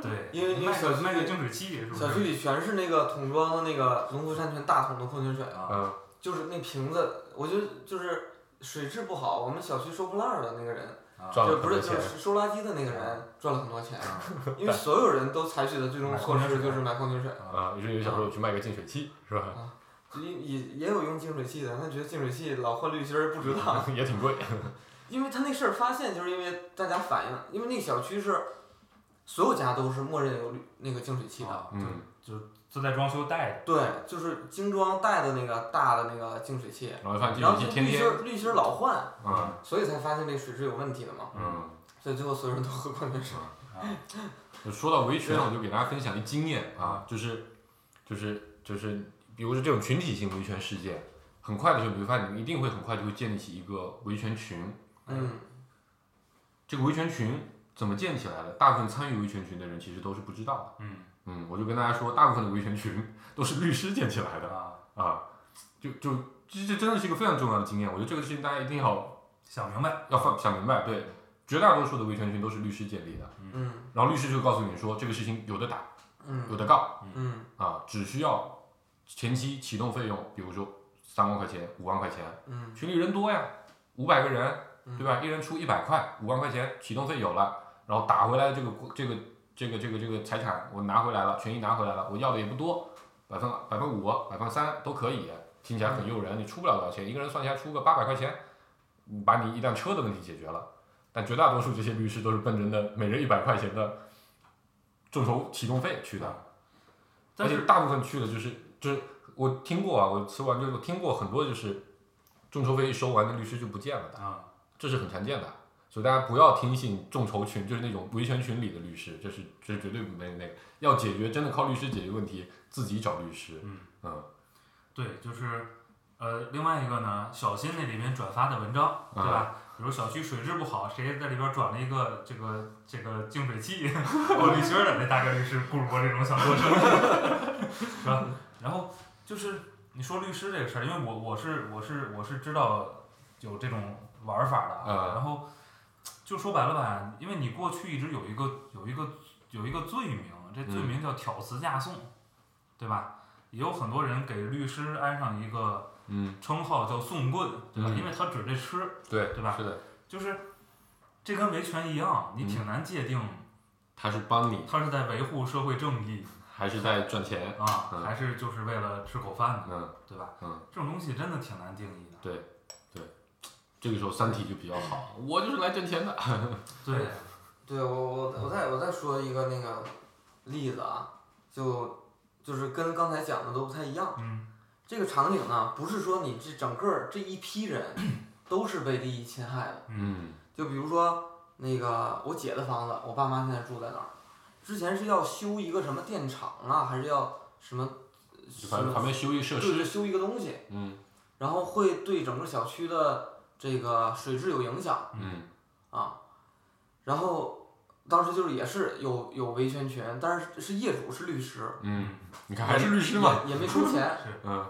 D: 对，
C: 因为因为
D: 卖
C: 小
D: 个
C: 区
D: 卖个
C: 里
D: 净水器
E: 嗯
D: 是不
C: 小区
D: 是？
C: 里全是那个桶装的那个农夫山泉大桶的矿泉水啊，
D: 啊，
E: 嗯，
C: 就是那瓶子，我就就是水质不好，我们小区收破烂儿的那个人，
D: 啊
E: 赚
C: 就
E: 了
C: 不
E: 很
C: 是
E: 多
C: 就
E: 钱，
C: 是收垃圾的那个人赚了很多钱，啊因为所有人都采取的最终措施就是买矿泉水，
E: 啊，于是有小朋友去卖个净水器，是吧？
C: 也也也有用净水器的，他觉得净水器老换滤芯儿不值当，
E: *laughs* 也挺贵，
C: *laughs* 因为他那事儿发现，就是因为大家反映，因为那个小区是所有家都是默认有滤那个净水器的，
D: 啊，
E: 嗯，
D: 自带装修带的，
C: 对，就是精装带的那个大的那个净水器，
E: 然后发现
C: 然
E: 净
C: 后
E: 水
C: 这
E: 器天
C: 滤芯
E: 天，
C: 儿滤芯儿老换，
E: 嗯
C: 所以才发现这个水质有问题的嘛，
E: 嗯。
C: 所以最后所有人都喝矿泉水。
E: 说到维权，我就给大家分享一经验啊，就是就是就是，比如说这种群体性维权事件，很快的时候，你会发现你们一定会很快就会建立起一个维权群。
C: 嗯
E: 这个维权群怎么建起来的？大部分参与维权群的人其实都是不知道的。
D: 嗯
E: 嗯，我就跟大家说，大部分的维权群 *laughs* 都是律师建起来的
D: 啊，
E: 啊，就就这这真的是一个非常重要的经验。我觉得这个事情大家一定要
D: 想明白，
E: 要放想明白，对，绝大多数的维权群都是律师建立的，
C: 嗯
E: 然后律师就告诉你说，这个事情有的打，
C: 嗯
E: 有的告。
C: 嗯
E: 啊，只需要前期启动费用，比如说三万块钱、五万块钱，
C: 嗯
E: 群里人多呀，五百个人，
C: 嗯
E: 对吧？一人出一百块，五万块钱启动费有了，然后打回来的这个这个这个这个这个财产我拿回来了，权益拿回来了，我要的也不多，百分百分五、百分三都可以，听起来很诱人，你出不了多少钱，一个人算下来出个八百块钱，把你一辆车的问题解决了。但绝大多数这些律师都是奔着那每人一百块钱的众筹启动费去的，
D: 但
E: 而且
D: 是
E: 大部分去的就是就是我听过啊，我吃完之后听过很多就是众筹费一收完，那律师就不见了的，
D: 啊。
E: 这是很常见的。所以大家不要听信众筹群，就是那种维权群里的律师，这是这绝对没那个。要解决真的靠律师解决问题，自己找律师。
D: 嗯
E: 嗯
D: 对，就是呃，另外一个呢，小新那里面转发的文章，对吧？比如小区水质不好，谁在里边转了一个这个这个净水器 *laughs* 过滤芯儿的，那大概率是顾主播这种小学生， *laughs* 是吧？然后就是你说律师这个事儿，因为我我是我是我是知道有这种玩儿法的啊，
E: 嗯
D: 然后就说白了吧，因为你过去一直有一个有一个有一个罪名，
E: 嗯
D: 这罪名叫挑词架讼，对吧？也有很多人给律师安上一个
E: 嗯，
D: 称号叫“送棍”，对吧？
E: 嗯
D: 因为他指这吃，
E: 对
D: 对吧
E: 是的，
D: 就是这跟维权一样，你
E: 嗯
D: 挺难界定
E: 他是帮你
D: 他是在维护社会正义
E: 还是在赚钱？
D: 啊，
E: 嗯
D: 还是就是为了吃口饭的，
E: 嗯，
D: 对吧？
E: 嗯
D: 这种东西真的挺难定义的。
E: 这个时候《三体》就比较好， *laughs* 我就是来挣钱的。
D: 对，
C: 对我我我再我再说一个那个例子啊，就就是跟刚才讲的都不太一样。
D: 嗯
C: 这个场景呢，不是说你这整个儿这一批
E: *clears throat*
C: 人都是被利益侵害的。
D: 嗯
C: 就比如说那个我姐的房子，我爸妈现在住在那儿，之前是要修一个什么电厂啊，还是要什么
E: 就
C: 什
E: 反正旁
C: 么，
E: 边修一设
C: 对，就
E: 施，
C: 修一个东西，
E: 嗯
C: 然后会对整个小区的这个水质有影响
E: 嗯
C: 啊。然后当时就是也是有有维权群，但是是业主是律师，
E: 嗯，你看还是律师嘛，
C: 也也没出钱
E: 嗯，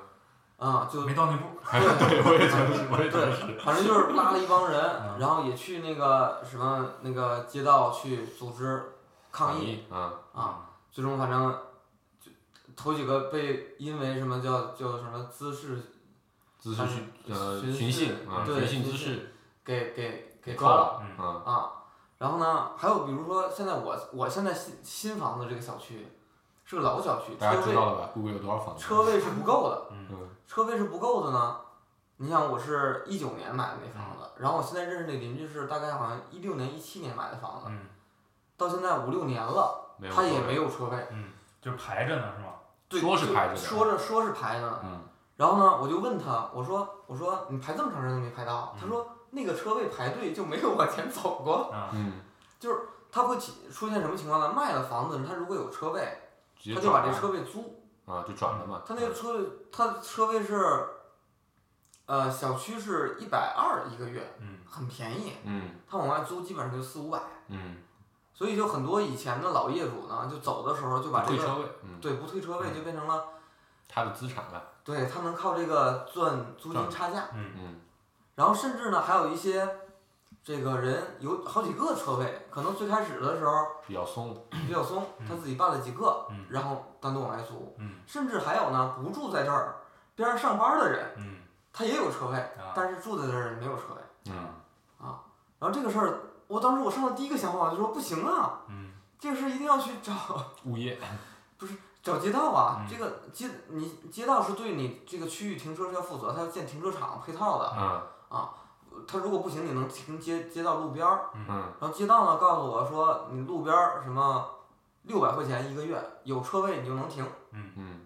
C: 啊，就
D: 没到那步，
E: 还是对，我也觉得 *laughs* 是，我也觉
D: *laughs*
E: 得是，
C: 反正就是拉了一帮人
D: 嗯，
C: 然后也去那个什么那个街道去组织抗议，
E: 议啊，
C: 啊，最终反正就头几个被因为什么叫叫什么姿势
E: 姿势巡呃
C: 巡
E: 寻衅
C: 视
E: 啊，
C: 对
E: 寻衅
C: 巡
E: 滋
C: 视
E: 事
C: 给给给
E: 扣
C: 抓了
E: 了
D: 嗯
E: 啊，
C: 啊。然后呢，还有比如说现在我我现在新新房子这个小区是个老小区，
E: 大家
C: 车
E: 知
C: 位
E: 道了吧？故宫有多少房子？
C: 车位是不够的，
E: 嗯
C: 车位是不够的呢。你想，我是一九年买的那房子，
E: 嗯
C: 然后我现在认识那邻居是大概好像一六年、一七年买的房子，
D: 嗯
C: 到现在五六年了，
E: 没有
C: 他也
E: 车位
C: 没有车位。
D: 嗯，就是排着呢是吗？
C: 对，
E: 说是
C: 就
E: 排着的
C: 说着说是排着呢。
E: 嗯
C: 然后呢，我就问他，我说我说你排这么长时间都没排
E: 嗯
C: 到，他说那个车位排队就没有往前走过。
D: 啊，
E: 嗯，
C: 他会起出现什么情况呢？卖了房子，他如果有车位，
E: 直接
C: 他就把
E: 转
C: 这
E: 了
C: 车位租。
E: 啊就转了嘛。
C: 他那个车位，他车位是，呃，小区是一百二一个月，
D: 嗯
C: 很便宜。
E: 嗯
C: 他往外租基本上就四五百，
E: 嗯，
C: 所以就很多以前的老业主呢，就走的时候就把这
E: 退
C: 个
E: 车位，嗯，
C: 对不退车位就变成了，
E: 他的资产啊了，
C: 对他能靠这个赚租金差价，
D: 嗯
E: 嗯
C: 然后甚至呢还有一些这个人有好几个车位，可能最开始的时候
E: 比较松，
C: 比较松，他自己办了几个，
D: 嗯
C: 然后单独往外租，
D: 嗯
C: 甚至还有呢不住在这儿边上上班的人，
D: 嗯
C: 他也有车位，
D: 啊，
C: 但是住在这儿人没有车位，
E: 嗯
C: 然后这个事儿，我当时我上的第一个想法我就说不行啊，
D: 嗯
C: 这个事儿一定要去找。
E: 物业，
C: 找街道啊，
D: 嗯
C: 这个街你街道是对你这个区域停车是要负责，它要建停车场配套的。
E: 嗯
C: 它如果不行，你能停街街道路边儿。
E: 嗯
C: 然后街道呢告诉我说，你路边儿什么六百块钱一个月，有车位你就能停。
E: 嗯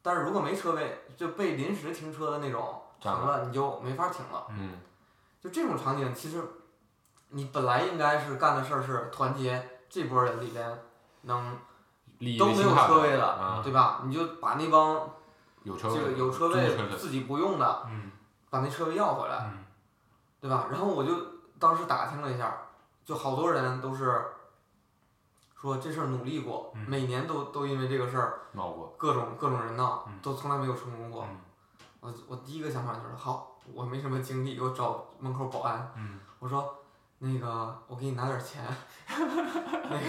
C: 但是如果没车位，就被临时停车的那种停
E: 占了
C: 了，你就没法停了。
E: 嗯
C: 就这种场景，其实你本来应该是干的事儿是团结这波人里边能
E: 利益
C: 都
E: 为
C: 没
E: 心
C: 有
E: 态
C: 车位
E: 的
C: 了，
E: 啊，
C: 对吧？你就把那帮
E: 有车
C: 这个
E: 位，
C: 有车
E: 租
C: 位
E: 车位，
C: 自己不用的，
D: 嗯
C: 把那车位要回来，
D: 嗯
C: 对吧？然后我就当时打听了一下，就好多人都是说这事儿努力过，
D: 嗯
C: 每年都都因为这个事儿
E: 闹过，
C: 各种各种人闹，
D: 嗯
C: 都从来没有成功过。
D: 嗯
C: 我我第一个想法就是，好，我没什么精力，我找门口保安，
D: 嗯
C: 我说那个我给你拿点钱， *laughs* 那个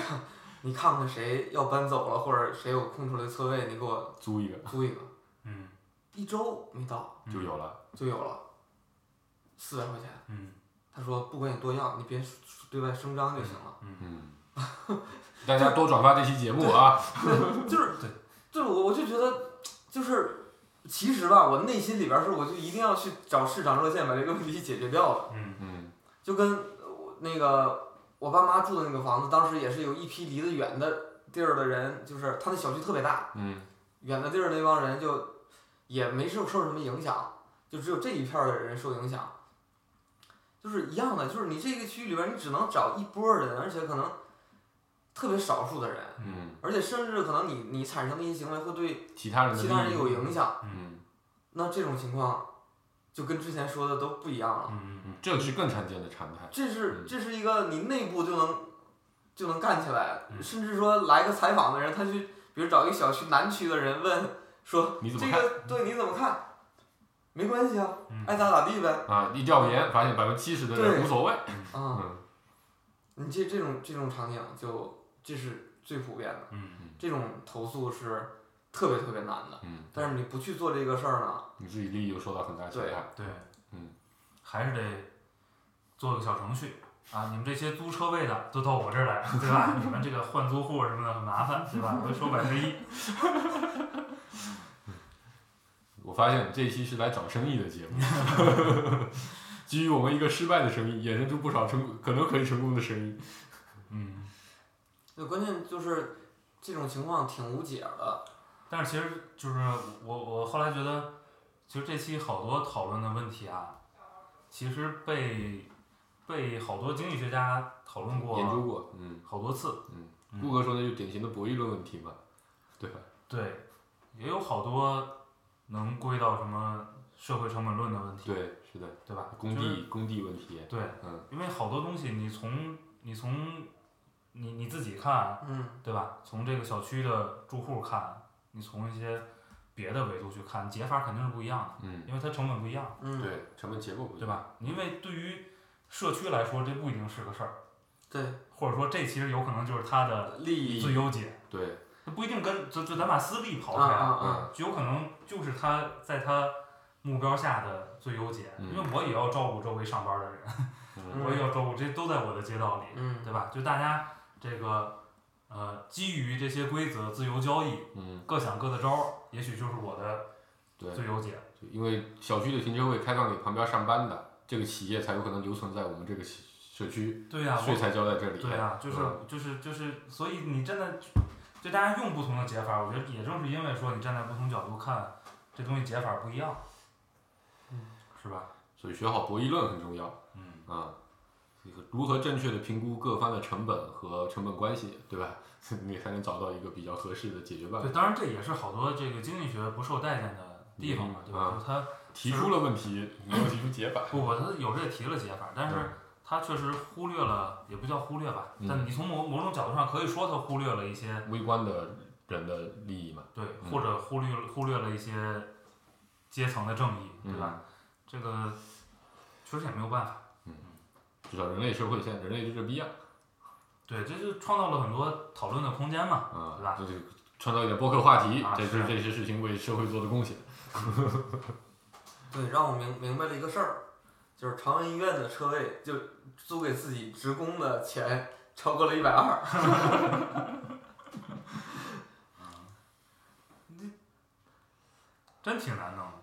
C: 你看看谁要搬走了，或者谁有空出来的车位，你给我
E: 租一个
C: 租一个。
D: 嗯
C: 一周没到
E: 就有了，
C: 就有了，四百块钱。
D: 嗯
C: 他说不管你多要，你别对外声张就行了。 *laughs*
E: 嗯，大家多转发这期节目啊，
C: 就是
D: 对，
C: 就是我我就觉得，就是其实吧，我内心里边儿是我就一定要去找市场热线把这个问题解决掉了。
D: 嗯
E: 嗯
C: 就跟呃我那个我爸妈住的那个房子，当时也是有一批离得远的地儿的人，就是他那小区特别大，
E: 嗯
C: 远的地儿那帮人就也没受受什么影响，就只有这一片儿的人受影响。就是一样的，就是你这个区域里边儿，你只能找一波儿人，而且可能特别少数的人，
E: 嗯，
C: 而且甚至可能你你产生的一些行为会对
E: 其他人的
C: 其他
E: 利
C: 人
E: 益
C: 有影，响，
E: 嗯
C: 那这种情况就跟之前说的都不一样了。
D: 嗯
E: 嗯，这是更常见的常态，
C: 这是
E: 嗯
C: 这是一个你内部就能就能干起来，
D: 嗯
C: 甚至说来个采访的人，他去比如找一个小区南区的人问说
E: 你怎
C: 这
E: 么看
C: 个对你怎么看？没关系啊，
D: 嗯
C: 爱咋咋地呗
E: 啊？一调研发现百分之七十的人
C: 对
E: 无所谓，
C: 啊！
E: 嗯
C: 你这这种这种场景就这是最普遍的，
D: 嗯
C: 这种投诉是特别特别难的。
E: 嗯，
C: 但是你不去做这个事儿呢，
E: 你自己利益又受到很大损
C: 对
E: 害，
D: 对，
E: 嗯，
D: 还是得做个小程序啊！你们这些租车位的都到我这儿来，对吧？你们这个换租户什么的很麻烦，对吧？我收百分之一。
E: 我发现我们这一期是来找生意的节目， *laughs* 基于我们一个失败的生意，衍生出不少成可能可以成功的生意。
D: 嗯，
C: 那关键就是这种情况挺无解的。
D: 但是其实就是我我后来觉得，其实这期好多讨论的问题啊，其实被被好多经济学家讨论过
E: 研究过，嗯，
D: 好多次。嗯
E: 顾哥说的就是典型的博弈论问题嘛，对吧？
D: 对，也有好多能归到什么社会成本论的问题，
E: 对，是的，
D: 对吧？
E: 工
D: 就是
E: 地工地问题，
D: 对，
E: 嗯
D: 因为好多东西你从你从你你自己看，
C: 嗯
D: 对吧？从这个小区的住户看，你从一些别的维度去看，解法肯定是不一样的，
E: 嗯，
D: 因为它成本不一样，
C: 嗯，
E: 对，成本结构不一
D: 对
E: 样？
D: 吧？因为对于社区来说，这不一定是个事儿，
C: 对，
D: 或者说这其实有可能就是它的
C: 利益
D: 最优解，
E: 对，
D: 它不一定跟就就咱把私利刨
C: 啊
D: 开
C: 啊
D: 啊，
C: 啊！
D: 就有可能就是他在他目标下的最优解，
E: 嗯
D: 因为我也要照顾周围上班的人，
E: 嗯
D: *laughs* 我也要照顾，这都在我的街道里，
C: 嗯
D: 对吧？就大家这个呃，基于这些规则自由交易，
E: 嗯，
D: 各想各的招儿，也许就是我的
E: 对，
D: 最优解。
E: 就因为小区的停车位开放给旁边上班的，这个企业才有可能留存在我们这个社区，
D: 对呀、
E: 所以
D: 我
E: 才交在这里。
D: 对呀、就是
E: 嗯
D: 就是就是，所以你站在，就大家用不同的解法，我觉得也正是因为说你站在不同角度看，这东西解法不一样，
C: 嗯，
D: 是吧？
E: 所以学好博弈论很重要
D: 嗯，
E: 啊、这个如何正确的评估各方的成本和成本关系，对吧？ *laughs* 你才能找到一个比较合适的解决办法
D: 对，。当然这也是好多这个经济学不受待见的地方嘛，
E: 嗯
D: 对吧？就是它
E: 提出了问题，没有提出解法。
D: 不，我它有这提了解法，但是
E: 嗯
D: 它确实忽略了，也不叫忽略吧，
E: 嗯
D: 但你从某某种角度上可以说它忽略了一些
E: 微观的人的利益嘛，
D: 对，
E: 嗯
D: 或者忽略忽略了一些阶层的正义，对
E: 嗯
D: 吧？这个确实也没有办法。
E: 至少人类社会现在人类就这逼样
D: 对，这就创造了很多讨论的空间嘛。
E: 啊，
D: 对吧
E: 这就创造一点播客话题，
D: 啊
E: 这
D: 是
E: 这些事情为社会做的贡献。
C: 对，让我明明白了一个事儿，就是长安医院的车位就租给自己职工的钱超过了一百二，
D: 真挺难弄的，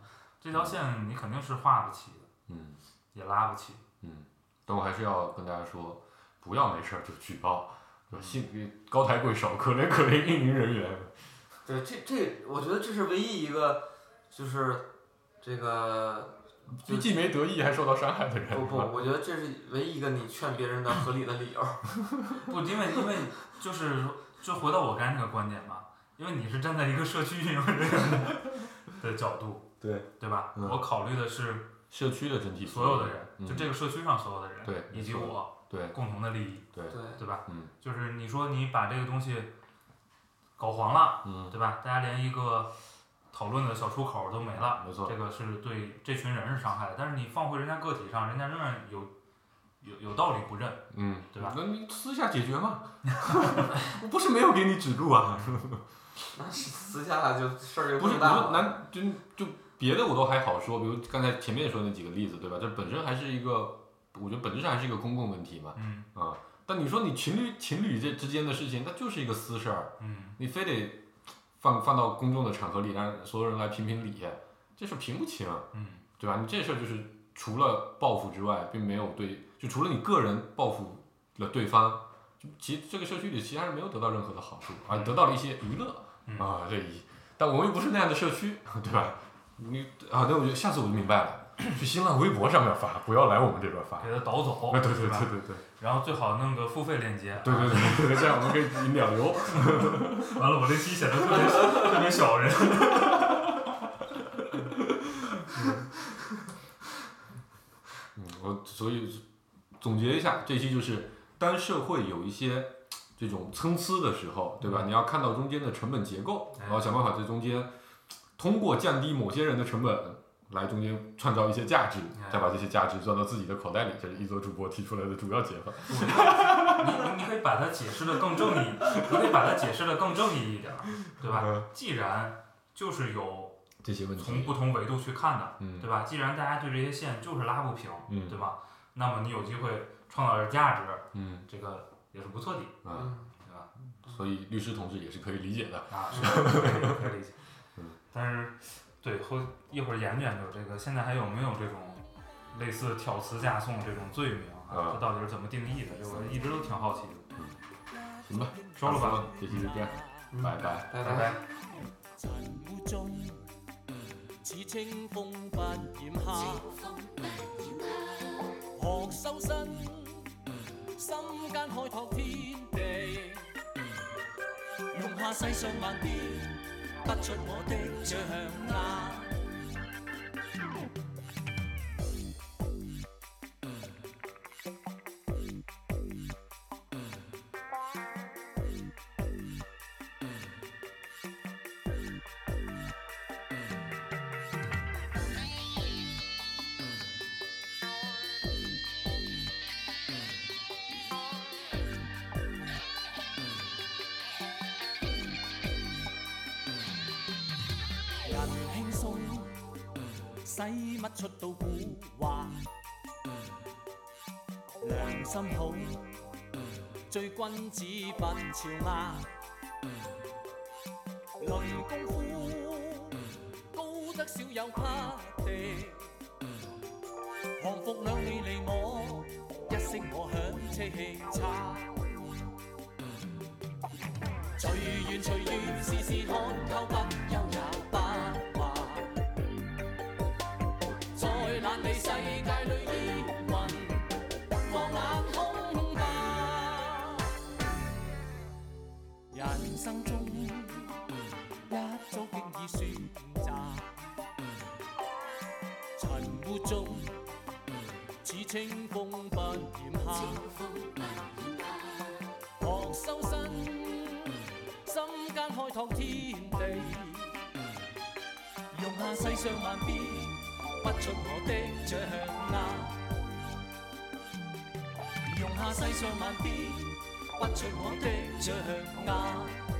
D: 这条线你肯定是画不起的，
E: 嗯
D: 也拉不起。
E: 嗯，但我还是要跟大家说，不要没事儿就举
D: 嗯
E: 报，对吧信高抬贵手，可怜可怜运营人员。
C: 对，这这我觉得这是唯一一个就是这个就
E: 就既没得意还受到伤害的人，
C: 不
E: *laughs*
C: 不，
E: 是吧
C: 我觉得这是唯一一个你劝别人的合理的理由。 *laughs*
D: *laughs* 不，因为因为就是就回到我刚才那个观点吧，因为你是站在一个社区运营人的的角度，
E: 对
D: 对吧？
E: 嗯
D: 我考虑的是
E: 社区的整体
D: 所有的人，
E: 嗯
D: 就这个社区上所有的人，
E: 对
D: 以及
E: 没错
D: 我
E: 对
D: 共同的利益，
E: 对，
C: 对，
D: 对吧？
E: 嗯
D: 就是你说你把这个东西搞黄了，
E: 嗯，
D: 对吧？大家连一个讨论的小出口都没了，
E: 没错
D: 这个是对这群人是伤害的。但是你放回人家个体上，人家仍然有有有道理不认。
E: 嗯，
D: 对吧
E: 那你私下解决嘛，我不是没有给你指路啊，
C: 那是私下就事儿就
E: 不
C: 更
E: 是不是
C: 大了。
E: 难就就别的我都还好说，比如刚才前面说那几个例子，对吧？这本身还是一个，我觉得本质上还是一个公共问题嘛，
D: 嗯
E: 啊，但你说你情侣情侣这之间的事情，那就是一个私事儿，
D: 嗯，
E: 你非得放放到公众的场合里，让所有人来评评理，这事儿评不清，
D: 嗯，
E: 对吧？你这事儿就是除了报复之外，并没有对，就除了你个人报复了对方，就其这个社区里其他人没有得到任何的好处，而得到了一些娱乐
D: 嗯
E: 啊，这一，但我们又不是那样的社区，对吧？你啊，那我就下次我就明白了，去新浪微博上面发，不要来我们这边发。
D: 给他导走，
E: 啊对对对
D: 是吧
E: 对对对
D: 然后最好弄个付费链接。
E: 对对对对，这样我们可以引两流。
D: 完了，我这期显得特别特别小人。
E: 嗯，我所以总结一下，这期就是当社会有一些这种参差的时候，对吧？你要看到中间的成本结构，
D: 嗯哎
E: 然后想办法在中间通过降低某些人的成本。来中间创造一些价值
D: 哎，
E: 再把这些价值赚到自己的口袋里，这是一桌主播提出来的主要解法。
D: 你你你可以把它解释的更正义，你可以把它解释的更正义一点儿，对吧？
E: 嗯
D: 既然就是有
E: 这些问
D: 从
E: 题，
D: 不同维度去看的，
E: 嗯
D: 对吧？既然大家对这些线就是拉不平，
E: 嗯
D: 对吧？那么你有机会创造点价值，
E: 嗯
D: 这个也是不错的，
E: 啊，
C: 嗯，
D: 对吧？
E: 所以律师同志也是可以理解的。
D: 啊，是可以可以理解
E: 嗯。
D: 但是，对后一会儿研究研究这个，现在还有没有这种类似挑词架讼这种罪名啊？
E: 啊
D: 这到底是怎么定义的？这我一直都挺好奇的。
E: 行吧，
D: 收了吧，
E: 这期就这样，
C: 嗯
E: 拜拜。
C: 拜
D: 拜拜。
B: 尘污中，似清風不染黑。學修身，呃心間開拓天地，呃容下世上萬變，不出我的掌握。人輕鬆，使乜出到古惑？良心好，盡最君子笨潮辣。論功夫，高得少有他地。降服兩你離我，一聲我響車氣差。隨緣隨遇試試看，溝不休也不怕。再懶理世界裏意雲，放眼空吧。人生中一早經已選擇，塵污中似清風不染下。學修身，心間開拓天地，容下世上萬變，不出我的掌啊握。容下世上萬變，不出我的掌握。啊